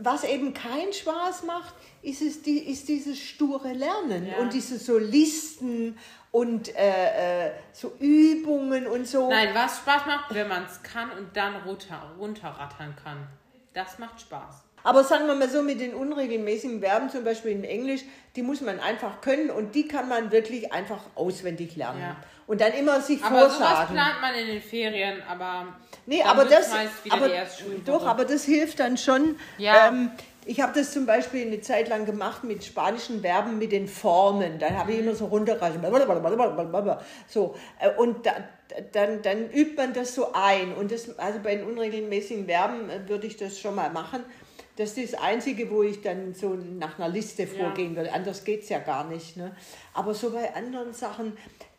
Speaker 3: was eben keinen Spaß macht, ist, es die, ist dieses sture Lernen
Speaker 2: Ja.
Speaker 3: und diese Solisten und äh, äh, so Übungen und so.
Speaker 2: Nein, was Spaß macht, wenn man es kann und dann runter, runterrattern kann. Das macht Spaß.
Speaker 3: Aber sagen wir mal so, mit den unregelmäßigen Verben, zum Beispiel in Englisch, die muss man einfach können und die kann man wirklich einfach auswendig lernen.
Speaker 2: Ja.
Speaker 3: Und dann immer sich
Speaker 2: Aber sowas
Speaker 3: vorsagen.
Speaker 2: plant man in den Ferien, aber
Speaker 3: Nee,
Speaker 2: Dann
Speaker 3: aber
Speaker 2: wird's
Speaker 3: das,
Speaker 2: meist wieder
Speaker 3: aber,
Speaker 2: die Erstschulwoche.
Speaker 3: doch, aber das hilft dann schon.
Speaker 1: Ja.
Speaker 3: Ähm, ich habe das zum Beispiel eine Zeit lang gemacht mit spanischen Verben, mit den Formen. Dann
Speaker 2: Mhm.
Speaker 3: habe ich immer so runtergereicht. blablabla, So. Äh, Und da, dann, dann übt man das so ein. Und das, also bei den unregelmäßigen Verben äh, würde ich das schon mal machen. Das ist das Einzige, wo ich dann so nach einer Liste vorgehen würde. Anders geht es ja gar nicht. Ne? Aber so bei anderen Sachen,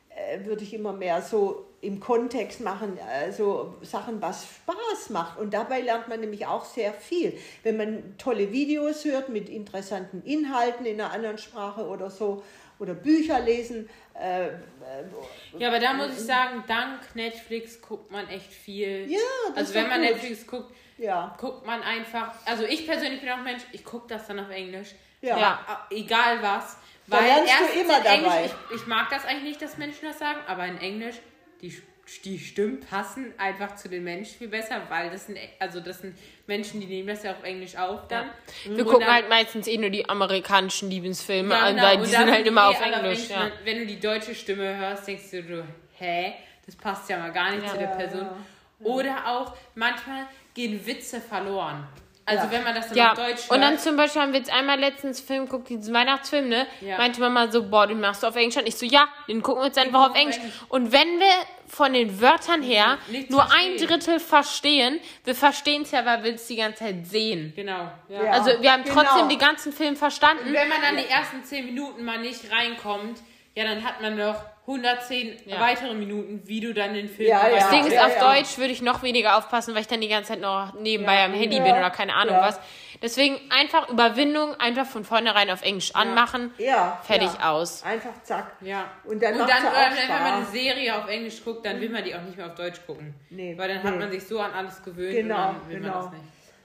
Speaker 3: äh, würde ich immer mehr so im Kontext machen, also Sachen, was Spaß macht. Und dabei lernt man nämlich auch sehr viel. Wenn man tolle Videos hört mit interessanten Inhalten in einer anderen Sprache oder so, oder Bücher lesen. Äh,
Speaker 2: Ja, aber da muss ich sagen, dank Netflix guckt man echt viel.
Speaker 3: Ja, das
Speaker 2: Also
Speaker 3: ist
Speaker 2: wenn
Speaker 3: doch
Speaker 2: man
Speaker 3: gut.
Speaker 2: Netflix guckt,
Speaker 3: ja,
Speaker 2: guckt man einfach. Also ich persönlich bin auch Mensch, ich gucke das dann auf Englisch.
Speaker 3: Ja.
Speaker 2: A- Egal was.
Speaker 3: Da lernst du
Speaker 2: erstens
Speaker 3: immer
Speaker 2: in
Speaker 3: dabei.
Speaker 2: Englisch, ich, ich mag das eigentlich nicht, dass Menschen das sagen, aber in Englisch, die, Sch- die Stimmen passen einfach zu den Menschen viel besser, weil das sind, also das sind Menschen, die nehmen das ja auf Englisch auf dann.
Speaker 1: wir
Speaker 2: Und
Speaker 1: gucken
Speaker 2: dann-
Speaker 1: halt meistens eh nur die amerikanischen Liebesfilme
Speaker 2: ja,
Speaker 1: an,
Speaker 2: genau.
Speaker 1: weil
Speaker 2: Und
Speaker 1: die
Speaker 2: da
Speaker 1: sind halt
Speaker 2: die eh
Speaker 1: immer auf
Speaker 2: alle
Speaker 1: Englisch.
Speaker 2: Menschen.
Speaker 1: Ja.
Speaker 2: Wenn du die deutsche Stimme hörst, denkst du, so, hä, das passt ja mal gar nicht zu der Person.
Speaker 3: Hm.
Speaker 2: Oder auch manchmal gehen Witze verloren. Also
Speaker 3: Ja.
Speaker 2: wenn man das dann
Speaker 1: Ja,
Speaker 2: auf Deutsch
Speaker 1: und dann
Speaker 2: hört,
Speaker 1: zum Beispiel haben wir jetzt einmal letztens einen Film geguckt, diesen Weihnachtsfilm, ne?
Speaker 2: Ja.
Speaker 1: Meinte Mama so, boah, den machst du auf Englisch an. Ich so, ja, den gucken wir uns einfach auf
Speaker 2: gucken wir
Speaker 1: Englisch.
Speaker 2: auf Englisch.
Speaker 1: Und wenn wir von den Wörtern her
Speaker 2: Nichts
Speaker 1: nur ein
Speaker 2: verstehen.
Speaker 1: Drittel verstehen, wir verstehen es ja, weil wir es die ganze Zeit sehen.
Speaker 2: genau. Ja. Also
Speaker 3: Ja.
Speaker 1: Also wir haben
Speaker 3: genau.
Speaker 1: trotzdem den ganzen Film verstanden.
Speaker 2: Wenn man dann die ersten zehn Minuten mal nicht reinkommt, Ja, dann hat man noch 110
Speaker 1: Ja.
Speaker 2: weitere Minuten, wie du dann den Film
Speaker 3: Ja,
Speaker 2: guckst.
Speaker 1: Das Ding ist,
Speaker 3: ja,
Speaker 1: auf
Speaker 3: ja.
Speaker 1: Deutsch würde ich noch weniger aufpassen, weil ich dann die ganze Zeit noch nebenbei
Speaker 2: Ja.
Speaker 1: am Handy
Speaker 3: Ja.
Speaker 1: bin oder keine Ahnung
Speaker 3: Ja.
Speaker 1: was. Deswegen einfach Überwindung, einfach von vornherein auf Englisch anmachen,
Speaker 3: Ja.
Speaker 1: fertig
Speaker 3: ja.
Speaker 1: aus.
Speaker 3: Einfach zack.
Speaker 2: Ja.
Speaker 3: Und dann macht's ja
Speaker 2: oder wenn
Speaker 3: auch
Speaker 2: man eine
Speaker 3: Spaß. Mhm.
Speaker 2: Serie auf Englisch guckt, dann will man die auch nicht mehr auf Deutsch gucken.
Speaker 3: Nee,
Speaker 2: Weil dann hat
Speaker 3: nee.
Speaker 2: man sich so an alles gewöhnt
Speaker 3: Genau,
Speaker 2: und dann will
Speaker 3: genau.
Speaker 2: man das nicht.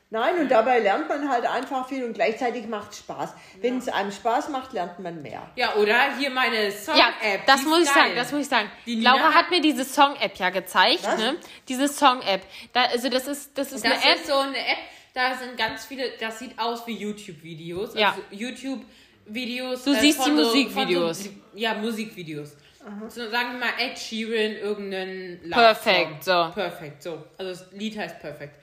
Speaker 3: Nein, und dabei lernt man halt einfach viel und gleichzeitig macht Spaß. Wenn es einem Spaß macht, lernt man mehr.
Speaker 2: Ja, oder hier meine
Speaker 1: Ja,
Speaker 2: Song-App. die
Speaker 1: das
Speaker 2: ist
Speaker 1: muss ich
Speaker 2: geil.
Speaker 1: sagen, das muss ich sagen.
Speaker 2: Die Nina
Speaker 1: Laura
Speaker 2: hat-
Speaker 1: hat mir diese Song-App ja gezeigt,
Speaker 3: Was?
Speaker 1: ne? Diese Song-App. Da, also das ist, das ist
Speaker 2: Das
Speaker 1: eine App.
Speaker 2: ist so eine App, da sind ganz viele, das sieht aus wie YouTube-Videos.
Speaker 1: Ja.
Speaker 2: Also YouTube-Videos. äh,
Speaker 1: Du siehst
Speaker 2: von
Speaker 1: die
Speaker 2: so- von
Speaker 1: Musikvideos.
Speaker 2: So, ja, Musikvideos. So, sagen wir mal Ed Sheeran, irgendeinen Love
Speaker 1: Perfect,
Speaker 2: Song.
Speaker 1: so.
Speaker 2: Perfect, so. Also das Lied heißt Perfect.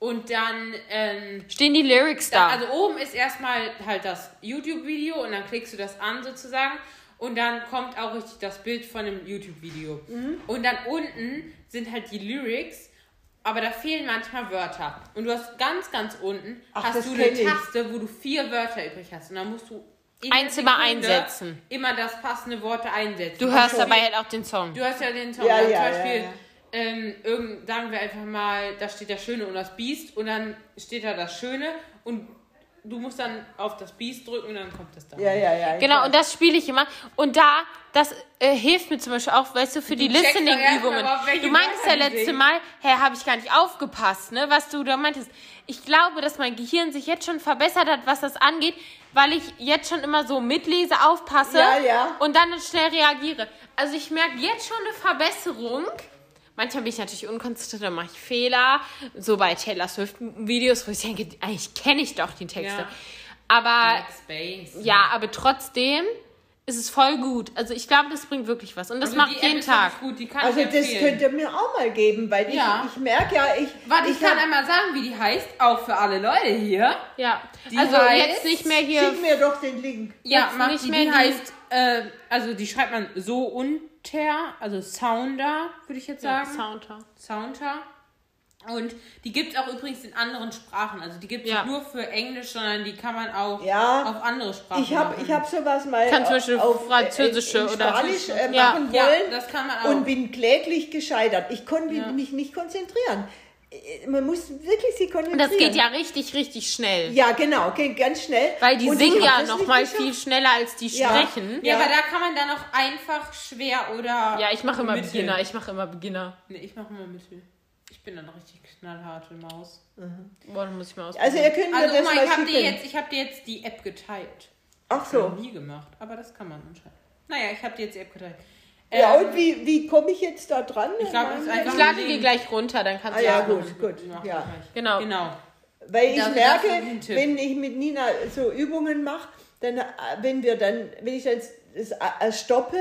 Speaker 2: Und dann, ähm,
Speaker 1: Stehen die Lyrics da?
Speaker 2: also oben ist erstmal halt das YouTube-Video und dann klickst du das an sozusagen und dann kommt auch richtig das Bild von dem YouTube-Video. Und dann unten sind halt die Lyrics, aber da fehlen manchmal Wörter. Und du hast ganz, ganz unten
Speaker 3: Ach, das
Speaker 2: hast du
Speaker 3: kenn
Speaker 2: eine
Speaker 3: ich.
Speaker 2: Taste, wo du vier Wörter übrig hast und dann musst du in der
Speaker 1: Eins immer
Speaker 2: Sekunde
Speaker 1: einsetzen.
Speaker 2: Immer das passende Wort einsetzen.
Speaker 1: du hörst
Speaker 2: Zum
Speaker 1: dabei
Speaker 2: Beispiel-
Speaker 1: halt auch den Song.
Speaker 2: Du hast ja den Song,
Speaker 3: Ja,
Speaker 2: dann
Speaker 3: ja,
Speaker 2: zum
Speaker 3: ja,
Speaker 2: Beispiel,
Speaker 3: ja.
Speaker 2: Ähm, irgend, sagen wir einfach mal, da steht das Schöne und das Biest und dann steht da das Schöne und du musst dann auf das Biest drücken und dann kommt das da.
Speaker 3: Ja, ja, ja. ich
Speaker 1: Genau,
Speaker 3: weiß.
Speaker 1: und das spiele ich immer. Und da, das äh, hilft mir zum Beispiel auch, weißt du, für die
Speaker 2: checkst doch erst
Speaker 1: Listening-Übungen.
Speaker 2: mal überhaupt, welche
Speaker 1: Du meintest ja
Speaker 2: Wörter die
Speaker 1: letzte
Speaker 2: singen.
Speaker 1: Mal, hey, habe ich gar nicht aufgepasst, ne, was du da meintest. Ich glaube, dass mein Gehirn sich jetzt schon verbessert hat, was das angeht, weil ich jetzt schon immer so mitlese, aufpasse
Speaker 3: Ja, ja.
Speaker 1: und dann schnell reagiere. Also ich merke jetzt schon eine Verbesserung. Manchmal bin ich natürlich unkonzentriert, dann mache ich Fehler. So bei Taylor Swift-Videos, wo ich denke, eigentlich kenne ich doch die Texte.
Speaker 2: Ja.
Speaker 1: Aber
Speaker 2: Black Space.
Speaker 1: ja, aber trotzdem ist es voll gut. Also ich glaube, das bringt wirklich was. Und das
Speaker 2: Also
Speaker 1: macht
Speaker 2: die App
Speaker 1: jeden
Speaker 2: ist wirklich
Speaker 1: Tag.
Speaker 2: Gut, die kann
Speaker 3: Also
Speaker 2: ich
Speaker 3: das
Speaker 2: empfehlen.
Speaker 3: könnt ihr mir auch mal geben, weil ich,
Speaker 2: Ja.
Speaker 3: ich merke ja, ich,
Speaker 2: Warte, ich, kann
Speaker 3: hab-
Speaker 2: einmal sagen, wie die heißt, auch für alle Leute hier.
Speaker 1: Ja.
Speaker 2: Die
Speaker 1: also
Speaker 2: heißt-
Speaker 1: jetzt nicht mehr hier.
Speaker 3: schick mir doch den Link.
Speaker 2: Ja,
Speaker 1: Jetzt
Speaker 2: mach
Speaker 1: nicht
Speaker 2: die,
Speaker 1: mehr
Speaker 2: die
Speaker 1: die-
Speaker 2: heißt, äh, also die schreibt man so unter, also Sounder, würde ich jetzt sagen.
Speaker 1: Soundtrack.
Speaker 2: Soundter. Und die gibt es auch übrigens in anderen Sprachen. Also die gibt es
Speaker 1: Ja.
Speaker 2: nicht nur für Englisch, sondern die kann man auch
Speaker 3: Ja.
Speaker 2: auf andere Sprachen
Speaker 3: Ich habe
Speaker 2: machen.
Speaker 3: ich hab sowas mal
Speaker 1: Kann zum Beispiel
Speaker 3: auf, äh,
Speaker 1: französische
Speaker 3: in, in
Speaker 1: oder-
Speaker 3: Spanisch äh,
Speaker 1: Ja.
Speaker 3: machen
Speaker 2: ja,
Speaker 3: wollen
Speaker 2: das kann man auch.
Speaker 3: und bin kläglich gescheitert. Ich konnte mich nicht konzentrieren. Äh, Man muss wirklich sich konzentrieren.
Speaker 1: Und das geht ja richtig, richtig schnell.
Speaker 3: Ja, genau, geht ganz schnell.
Speaker 1: Weil die
Speaker 3: Und ich
Speaker 1: singen
Speaker 3: hab
Speaker 1: ja
Speaker 3: das
Speaker 1: noch
Speaker 3: nicht
Speaker 1: mal
Speaker 3: geschafft.
Speaker 1: viel schneller, als die
Speaker 3: Ja.
Speaker 1: sprechen.
Speaker 2: ja,
Speaker 3: ja.
Speaker 2: aber da kann man dann auch einfach schwer oder.
Speaker 1: Ja, ich mache immer
Speaker 2: Mittel.
Speaker 1: Beginner. Ich mache immer Beginner.
Speaker 2: Nee, ich mache immer Mittel. Ich bin dann richtig knallharte Maus.
Speaker 1: Boah, dann muss ich mal aus.
Speaker 3: Also ihr könnt mir
Speaker 2: Also,
Speaker 3: das
Speaker 2: Oma,
Speaker 3: mal
Speaker 2: ich habe dir,
Speaker 3: schicken.
Speaker 2: jetzt- ich hab dir jetzt die App geteilt.
Speaker 3: Ach
Speaker 2: Noch
Speaker 3: so.
Speaker 2: nie gemacht, aber das kann man anscheinend. Naja, ich habe dir jetzt die App geteilt.
Speaker 3: Ja,
Speaker 2: Ähm,
Speaker 3: und wie, wie komme ich jetzt da dran?
Speaker 2: Ich glaub, es ist
Speaker 3: Mein-
Speaker 1: ich
Speaker 2: einfach-
Speaker 1: lade die gleich runter, dann kannst
Speaker 3: Ah,
Speaker 1: du.
Speaker 3: ja,
Speaker 1: auch-
Speaker 3: gut, gut.
Speaker 2: mach
Speaker 3: Ja.
Speaker 2: also, gleich.
Speaker 1: Genau.
Speaker 2: Genau.
Speaker 3: Weil ich
Speaker 2: Das- das
Speaker 3: merke,
Speaker 2: ist ein Tipp.
Speaker 3: wenn ich mit Nina so Übungen mache, dann, äh, wenn wir dann, wenn ich dann das äh, stoppe,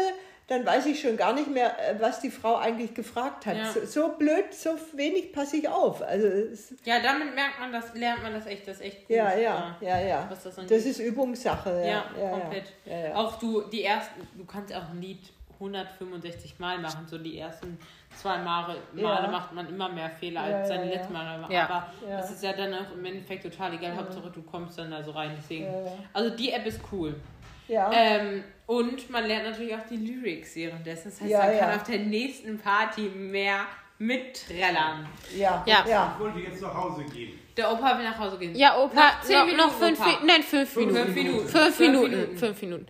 Speaker 3: dann weiß ich schon gar nicht mehr, äh, was die Frau eigentlich gefragt hat.
Speaker 2: Ja.
Speaker 3: So, so blöd, so wenig passe ich auf. Also es,
Speaker 2: Ja, damit merkt man das, lernt man das echt, das ist echt gut.
Speaker 3: ja, ja, ja, ja.
Speaker 2: Was das
Speaker 3: Das,
Speaker 2: angeht.
Speaker 3: ist Übungssache. Ja,
Speaker 2: Ja,
Speaker 3: ja,
Speaker 2: komplett.
Speaker 3: Ja, ja, ja.
Speaker 2: Auch du, die ersten, du kannst auch ein Lied 165 Mal machen, so die ersten zwei Male, Male
Speaker 3: Ja.
Speaker 2: macht man immer mehr Fehler
Speaker 3: Ja,
Speaker 2: als seine
Speaker 3: ja,
Speaker 2: letzten Male.
Speaker 1: Ja.
Speaker 2: Aber
Speaker 3: Ja.
Speaker 2: das ist ja dann auch im Endeffekt total egal, Hauptsache du kommst dann da so rein. Deswegen.
Speaker 3: Ja, ja.
Speaker 2: Also die App ist cool.
Speaker 3: ja.
Speaker 2: Ähm, und man lernt natürlich auch die Lyrics währenddessen. Das heißt,
Speaker 3: Ja,
Speaker 2: man kann
Speaker 3: ja.
Speaker 2: auf der nächsten Party mehr mitträllern.
Speaker 3: ja,
Speaker 1: ja.
Speaker 3: ja.
Speaker 4: Ich wollte jetzt nach Hause gehen.
Speaker 2: Der Opa will nach Hause gehen.
Speaker 1: Ja, Opa,
Speaker 2: Noch zehn
Speaker 1: noch,
Speaker 2: Minuten,
Speaker 1: noch fünf,
Speaker 2: Opa.
Speaker 1: Mi- nein, fünf Minuten.
Speaker 2: Fünf Minuten.
Speaker 1: Fünf Minuten, fünf Minuten.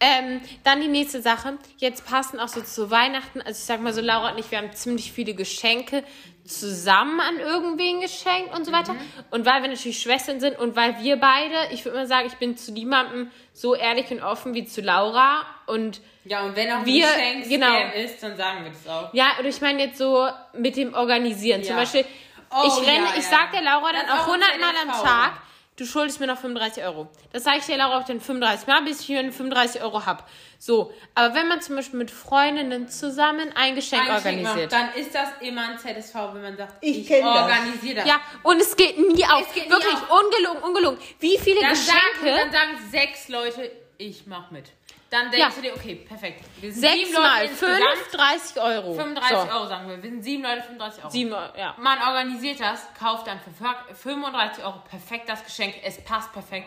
Speaker 1: Ähm, dann die nächste Sache. Jetzt passen auch so zu Weihnachten. Also ich sag mal so, Laura und ich, wir haben ziemlich viele Geschenke zusammen an irgendwen geschenkt und so weiter. Und weil wir natürlich Schwestern sind und weil wir beide, ich würde mal sagen, ich bin zu niemandem so ehrlich und offen wie zu Laura. Und
Speaker 2: Ja, und wenn auch
Speaker 1: Wir-
Speaker 2: ein Geschenk
Speaker 1: genau.
Speaker 2: Scam ist, dann sagen wir das auch.
Speaker 1: ja, und ich meine jetzt so mit dem Organisieren. Zum
Speaker 2: Ja.
Speaker 1: Beispiel,
Speaker 2: Oh,
Speaker 1: ich renne,
Speaker 2: ja,
Speaker 1: ich
Speaker 2: ja,
Speaker 1: sag
Speaker 2: ja.
Speaker 1: der Laura
Speaker 2: Das
Speaker 1: dann
Speaker 2: ist
Speaker 1: auch
Speaker 2: auch ein
Speaker 1: 100 Mal am
Speaker 2: kleiner
Speaker 1: Tag, du schuldest mir noch 35 Euro. Das sage ich der Laura auch dann 35 Mal, bis ich mir 35 Euro hab. So, aber wenn man zum Beispiel mit Freundinnen zusammen ein Geschenk
Speaker 2: Ein Geschenk
Speaker 1: organisiert.
Speaker 2: macht, Dann ist das immer ein ZSV, wenn man sagt,
Speaker 3: Ich
Speaker 2: ich,
Speaker 3: kenn das.
Speaker 2: organisiere das.
Speaker 1: ja, und es geht nie auf.
Speaker 2: Es geht nie
Speaker 1: Wirklich,
Speaker 2: auf.
Speaker 1: ungelogen, ungelogen. Wie viele
Speaker 2: dann,
Speaker 1: Geschenke?
Speaker 2: sagen, dann sagen sechs Leute, ich mach mit. Dann denkst
Speaker 1: Ja.
Speaker 2: du dir, okay, perfekt. Wir sind
Speaker 1: sechs
Speaker 2: sieben
Speaker 1: mal
Speaker 2: Leute
Speaker 1: fünf,
Speaker 2: insgesamt,
Speaker 1: 30 Euro.
Speaker 2: 35
Speaker 1: so.
Speaker 2: Euro sagen wir. Wir sind sieben Leute, 35 Euro.
Speaker 1: Sieben, Euro, ja.
Speaker 2: Man organisiert das, kauft dann für 35 Euro perfekt das Geschenk, es passt perfekt.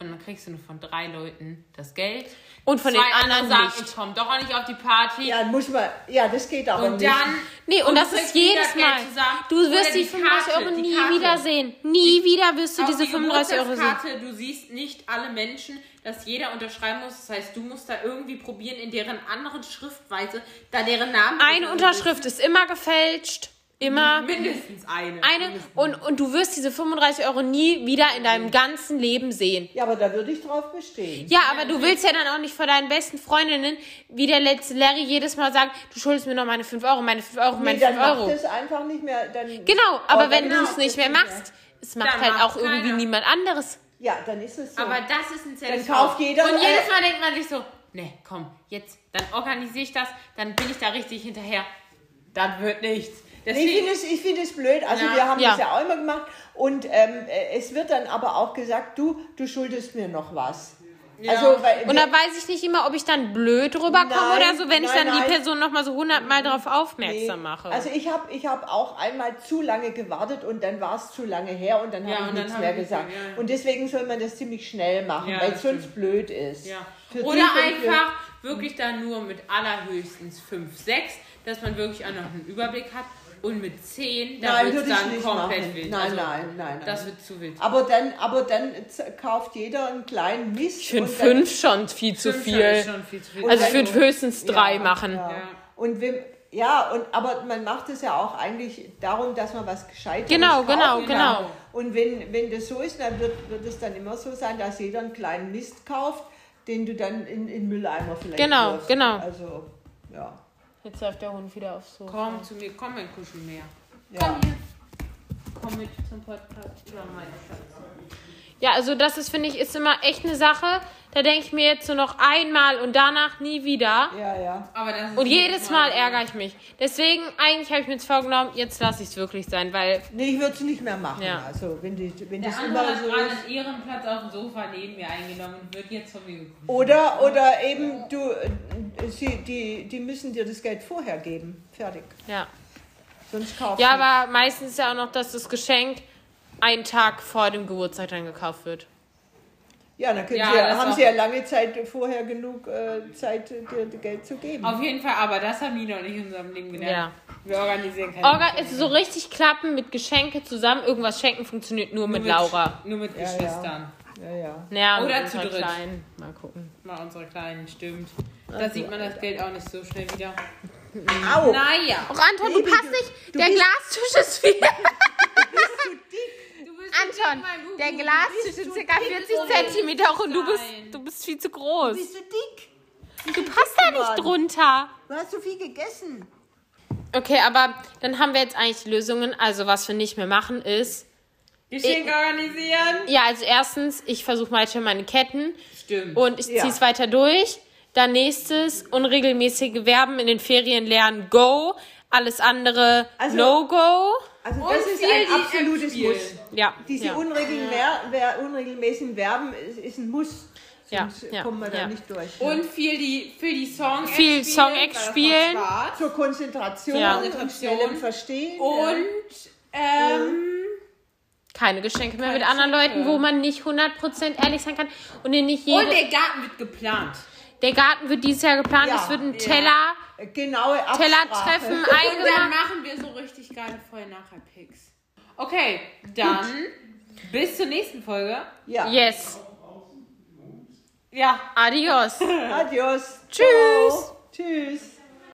Speaker 2: Und dann kriegst du nur von drei Leuten das Geld.
Speaker 1: Und von
Speaker 2: Zwei
Speaker 1: den anderen
Speaker 2: sagen,
Speaker 1: nicht.
Speaker 2: ich komme doch auch nicht auf die Party.
Speaker 3: Ja, muss man, ja, das geht aber
Speaker 2: und
Speaker 3: nicht.
Speaker 2: dann
Speaker 1: Nee, und,
Speaker 2: Und
Speaker 1: das
Speaker 2: du
Speaker 1: ist
Speaker 2: kriegst wieder
Speaker 1: jedes
Speaker 2: Geld
Speaker 1: Mal.
Speaker 2: zusammen.
Speaker 1: Du
Speaker 2: Oder
Speaker 1: wirst die
Speaker 2: die
Speaker 1: 35
Speaker 2: Karte,
Speaker 1: Euro
Speaker 2: die
Speaker 1: nie
Speaker 2: Karte.
Speaker 1: wieder sehen. Nie wieder wirst du
Speaker 2: auch
Speaker 1: diese
Speaker 2: die
Speaker 1: 35 Euro sehen.
Speaker 2: Geburtstagskarte, Du siehst nicht alle Menschen, dass jeder unterschreiben muss. Das heißt, du musst da irgendwie probieren, in deren anderen Schriftweise, da deren Namen.
Speaker 1: Eine Unterschrift ist immer gefälscht. Immer
Speaker 2: Mhm. Mindestens eine.
Speaker 1: eine. Und, und du wirst diese 35 Euro nie wieder in deinem ganzen Leben sehen.
Speaker 3: ja, aber da würde ich drauf bestehen.
Speaker 1: Ja, aber du willst ja dann auch nicht vor deinen besten Freundinnen, wie der letzte Larry, jedes Mal sagen, du schuldest mir noch meine 5 Euro, meine 5 Euro, meine
Speaker 3: nee, dann
Speaker 1: 5 Euro.
Speaker 3: macht es einfach nicht mehr. Dann,
Speaker 1: Genau, aber
Speaker 3: Oh,
Speaker 1: wenn
Speaker 3: genau.
Speaker 1: du es nicht mehr machst, es macht
Speaker 2: Dann
Speaker 1: halt
Speaker 2: macht
Speaker 1: auch irgendwie
Speaker 2: keiner.
Speaker 1: niemand anderes.
Speaker 3: Ja, dann ist es so.
Speaker 2: Aber das ist ein Service.
Speaker 3: Dann kauft jeder-
Speaker 2: Und jedes Mal denkt man sich so, nee, komm, jetzt, dann organisiere ich das, dann bin ich da richtig hinterher. Das wird nichts.
Speaker 3: Ich
Speaker 2: Deswegen,
Speaker 3: finde es, ich find es blöd. Also
Speaker 2: Ja.
Speaker 3: wir haben
Speaker 1: Ja.
Speaker 3: das ja auch immer gemacht. Und ähm, äh, es wird dann aber auch gesagt, du, du schuldest mir noch was. Also, weil,
Speaker 1: Und da weiß ich nicht immer, ob ich dann blöd rüberkomme
Speaker 3: Nein,
Speaker 1: oder so, wenn ich
Speaker 3: nein,
Speaker 1: dann die
Speaker 3: nein.
Speaker 1: Person nochmal so hundertmal darauf aufmerksam mache.
Speaker 3: Also ich habe ich hab auch einmal zu lange gewartet und dann war es zu lange her und dann
Speaker 2: Ja,
Speaker 3: habe
Speaker 2: und
Speaker 3: ich
Speaker 2: dann
Speaker 3: nichts
Speaker 2: haben
Speaker 3: mehr
Speaker 2: wir-
Speaker 3: gesagt.
Speaker 2: ja, ja.
Speaker 3: Und deswegen soll man das ziemlich schnell machen,
Speaker 2: Ja,
Speaker 3: weil
Speaker 2: das
Speaker 3: es sonst blöd ist.
Speaker 2: ja.
Speaker 3: Für
Speaker 2: Oder
Speaker 3: dich und für-
Speaker 2: einfach wirklich dann nur mit allerhöchstens 5, 6, dass man wirklich auch noch einen Überblick hat. Und mit 10, da
Speaker 3: Nein,
Speaker 2: wird es
Speaker 3: würde ich
Speaker 2: dann
Speaker 3: nicht
Speaker 2: komplett
Speaker 3: machen.
Speaker 2: wild.
Speaker 3: Nein,
Speaker 2: also,
Speaker 3: nein, nein,
Speaker 2: Das
Speaker 3: nein.
Speaker 2: wird zu wild.
Speaker 3: Aber dann, aber dann z- kauft jeder einen kleinen Mist.
Speaker 1: ich finde
Speaker 3: und dann-
Speaker 1: fünf schon viel zu
Speaker 2: Fünf
Speaker 1: viel.
Speaker 2: ist schon viel zu viel.
Speaker 1: also
Speaker 3: dann-
Speaker 1: ich würde höchstens drei
Speaker 3: Ja,
Speaker 1: machen.
Speaker 3: Ja.
Speaker 2: Ja.
Speaker 3: Und wem, ja, und, aber man macht es ja auch eigentlich darum, dass man was Gescheites
Speaker 1: Genau,
Speaker 3: kauft.
Speaker 1: genau,
Speaker 2: genau.
Speaker 1: genau.
Speaker 3: Und wenn, wenn das so ist, dann wird, wird es dann immer so sein, dass jeder einen kleinen Mist kauft, den du dann in, in Mülleimer vielleicht
Speaker 1: Genau,
Speaker 3: wirfst.
Speaker 1: genau.
Speaker 3: Also, ja.
Speaker 1: Jetzt läuft der Hund wieder aufs Sofa.
Speaker 2: Komm zu mir, komm mein Kuschelmeer.
Speaker 3: ja.
Speaker 2: Komm mit zum Podcast über meine Schatz.
Speaker 1: Ja, also das ist, finde ich, ist immer echt eine Sache. Da denke ich mir jetzt so noch einmal und danach nie wieder.
Speaker 3: Ja, ja.
Speaker 2: Aber das ist
Speaker 1: Und jedes Mal ärgere ich mich. Deswegen, eigentlich habe ich mir jetzt vorgenommen, jetzt lasse ich es wirklich sein, weil
Speaker 3: Nee, ich würde es nicht mehr machen.
Speaker 1: Ja.
Speaker 3: Also, wenn, die, wenn
Speaker 2: Der
Speaker 3: das
Speaker 2: andere
Speaker 3: immer
Speaker 2: hat
Speaker 3: so
Speaker 2: gerade
Speaker 3: ist.
Speaker 2: einen Ehrenplatz auf dem Sofa neben mir eingenommen und wird jetzt von mir geguckt.
Speaker 3: Oder, oder eben, du, äh, sie, die, die müssen dir das Geld vorher geben. Fertig.
Speaker 1: ja.
Speaker 3: Sonst kaufst
Speaker 1: Ja,
Speaker 3: du-
Speaker 1: aber meistens ist ja auch noch, dass das Geschenk einen Tag vor dem Geburtstag dann gekauft wird.
Speaker 3: Ja, dann können
Speaker 2: Ja,
Speaker 3: sie ja,
Speaker 2: das
Speaker 3: haben
Speaker 2: auch.
Speaker 3: sie ja lange Zeit vorher genug äh, Zeit, dir Geld zu geben.
Speaker 2: Auf jeden Fall, aber das haben Nina und ich in unserem Leben gelernt. Wir organisieren keine
Speaker 1: Orga, also so richtig klappen mit Geschenke zusammen, irgendwas schenken funktioniert nur mit Laura.
Speaker 2: Nur mit
Speaker 3: Ja, ja.
Speaker 2: Geschwistern.
Speaker 3: Ja, ja.
Speaker 1: Naja,
Speaker 2: Oder
Speaker 1: mit
Speaker 2: zu
Speaker 1: unserer
Speaker 2: dritt.
Speaker 1: Kleinen. Mal gucken.
Speaker 2: Mal unsere Kleinen, stimmt.
Speaker 1: Also,
Speaker 2: Da sieht man das Geld auch nicht so schnell wieder.
Speaker 3: Au!
Speaker 2: Naja.
Speaker 1: Auch Anton, du
Speaker 3: Baby,
Speaker 1: passt
Speaker 3: du-
Speaker 1: nicht.
Speaker 3: du
Speaker 1: der
Speaker 3: bist-
Speaker 1: Glastisch ist viel.
Speaker 2: Du bist
Speaker 1: Anton, der Glastisch ist ca. 40 cm hoch und du bist, du bist viel zu groß.
Speaker 3: Bist du dick?
Speaker 1: Du passt da
Speaker 3: geworden.
Speaker 1: nicht drunter.
Speaker 3: Du hast so viel gegessen.
Speaker 1: Okay, aber dann haben wir jetzt eigentlich die Lösungen. Also was wir nicht mehr machen ist...
Speaker 2: Geschenk organisieren.
Speaker 1: Ja, also erstens, ich versuche weiter meine Ketten
Speaker 2: Stimmt.
Speaker 1: und ich
Speaker 3: Ja.
Speaker 1: zieh's weiter durch. Dann nächstes, unregelmäßige Verben in den Ferien lernen, go. Alles andere,
Speaker 3: Also-
Speaker 1: no go.
Speaker 3: Also
Speaker 2: Und
Speaker 3: das ist
Speaker 2: viel
Speaker 3: ein
Speaker 2: die
Speaker 3: absolutes
Speaker 2: App-Spiel.
Speaker 3: Muss.
Speaker 1: Ja,
Speaker 3: Diese
Speaker 1: ja.
Speaker 3: unregelmäßigen, Ver unregelmäßigen Verben ist, ist ein Muss.
Speaker 1: Ja,
Speaker 3: Sonst
Speaker 1: ja,
Speaker 3: kommen wir da
Speaker 1: ja.
Speaker 3: nicht durch.
Speaker 2: Und viel die, viel die Song
Speaker 1: Viel Song-Act spielen.
Speaker 3: zur Konzentration
Speaker 1: Ja.
Speaker 3: und
Speaker 2: Konzentration.
Speaker 3: schnellem Verstehen. ja.
Speaker 2: Und
Speaker 1: Mhm.
Speaker 2: ähm,
Speaker 1: keine Geschenke mehr mit
Speaker 2: Keine
Speaker 1: anderen Leuten,
Speaker 2: Geschenke.
Speaker 1: wo man nicht 100% ehrlich sein kann. Und in nicht jede,
Speaker 2: und der Garten wird geplant.
Speaker 1: der Garten wird dieses Jahr geplant,
Speaker 3: Ja,
Speaker 1: es wird ein
Speaker 2: ja.
Speaker 1: Teller,
Speaker 3: genaue Absprache.
Speaker 1: Tellertreffen
Speaker 2: Und dann
Speaker 1: eingemacht.
Speaker 2: machen wir so richtig geile Vorher-Nachher-Picks. Okay, dann bis zur nächsten Folge.
Speaker 3: Ja.
Speaker 1: Yes,
Speaker 2: Ja.
Speaker 1: adios.
Speaker 3: Adios.
Speaker 1: Tschüss.
Speaker 3: Ciao. Tschüss.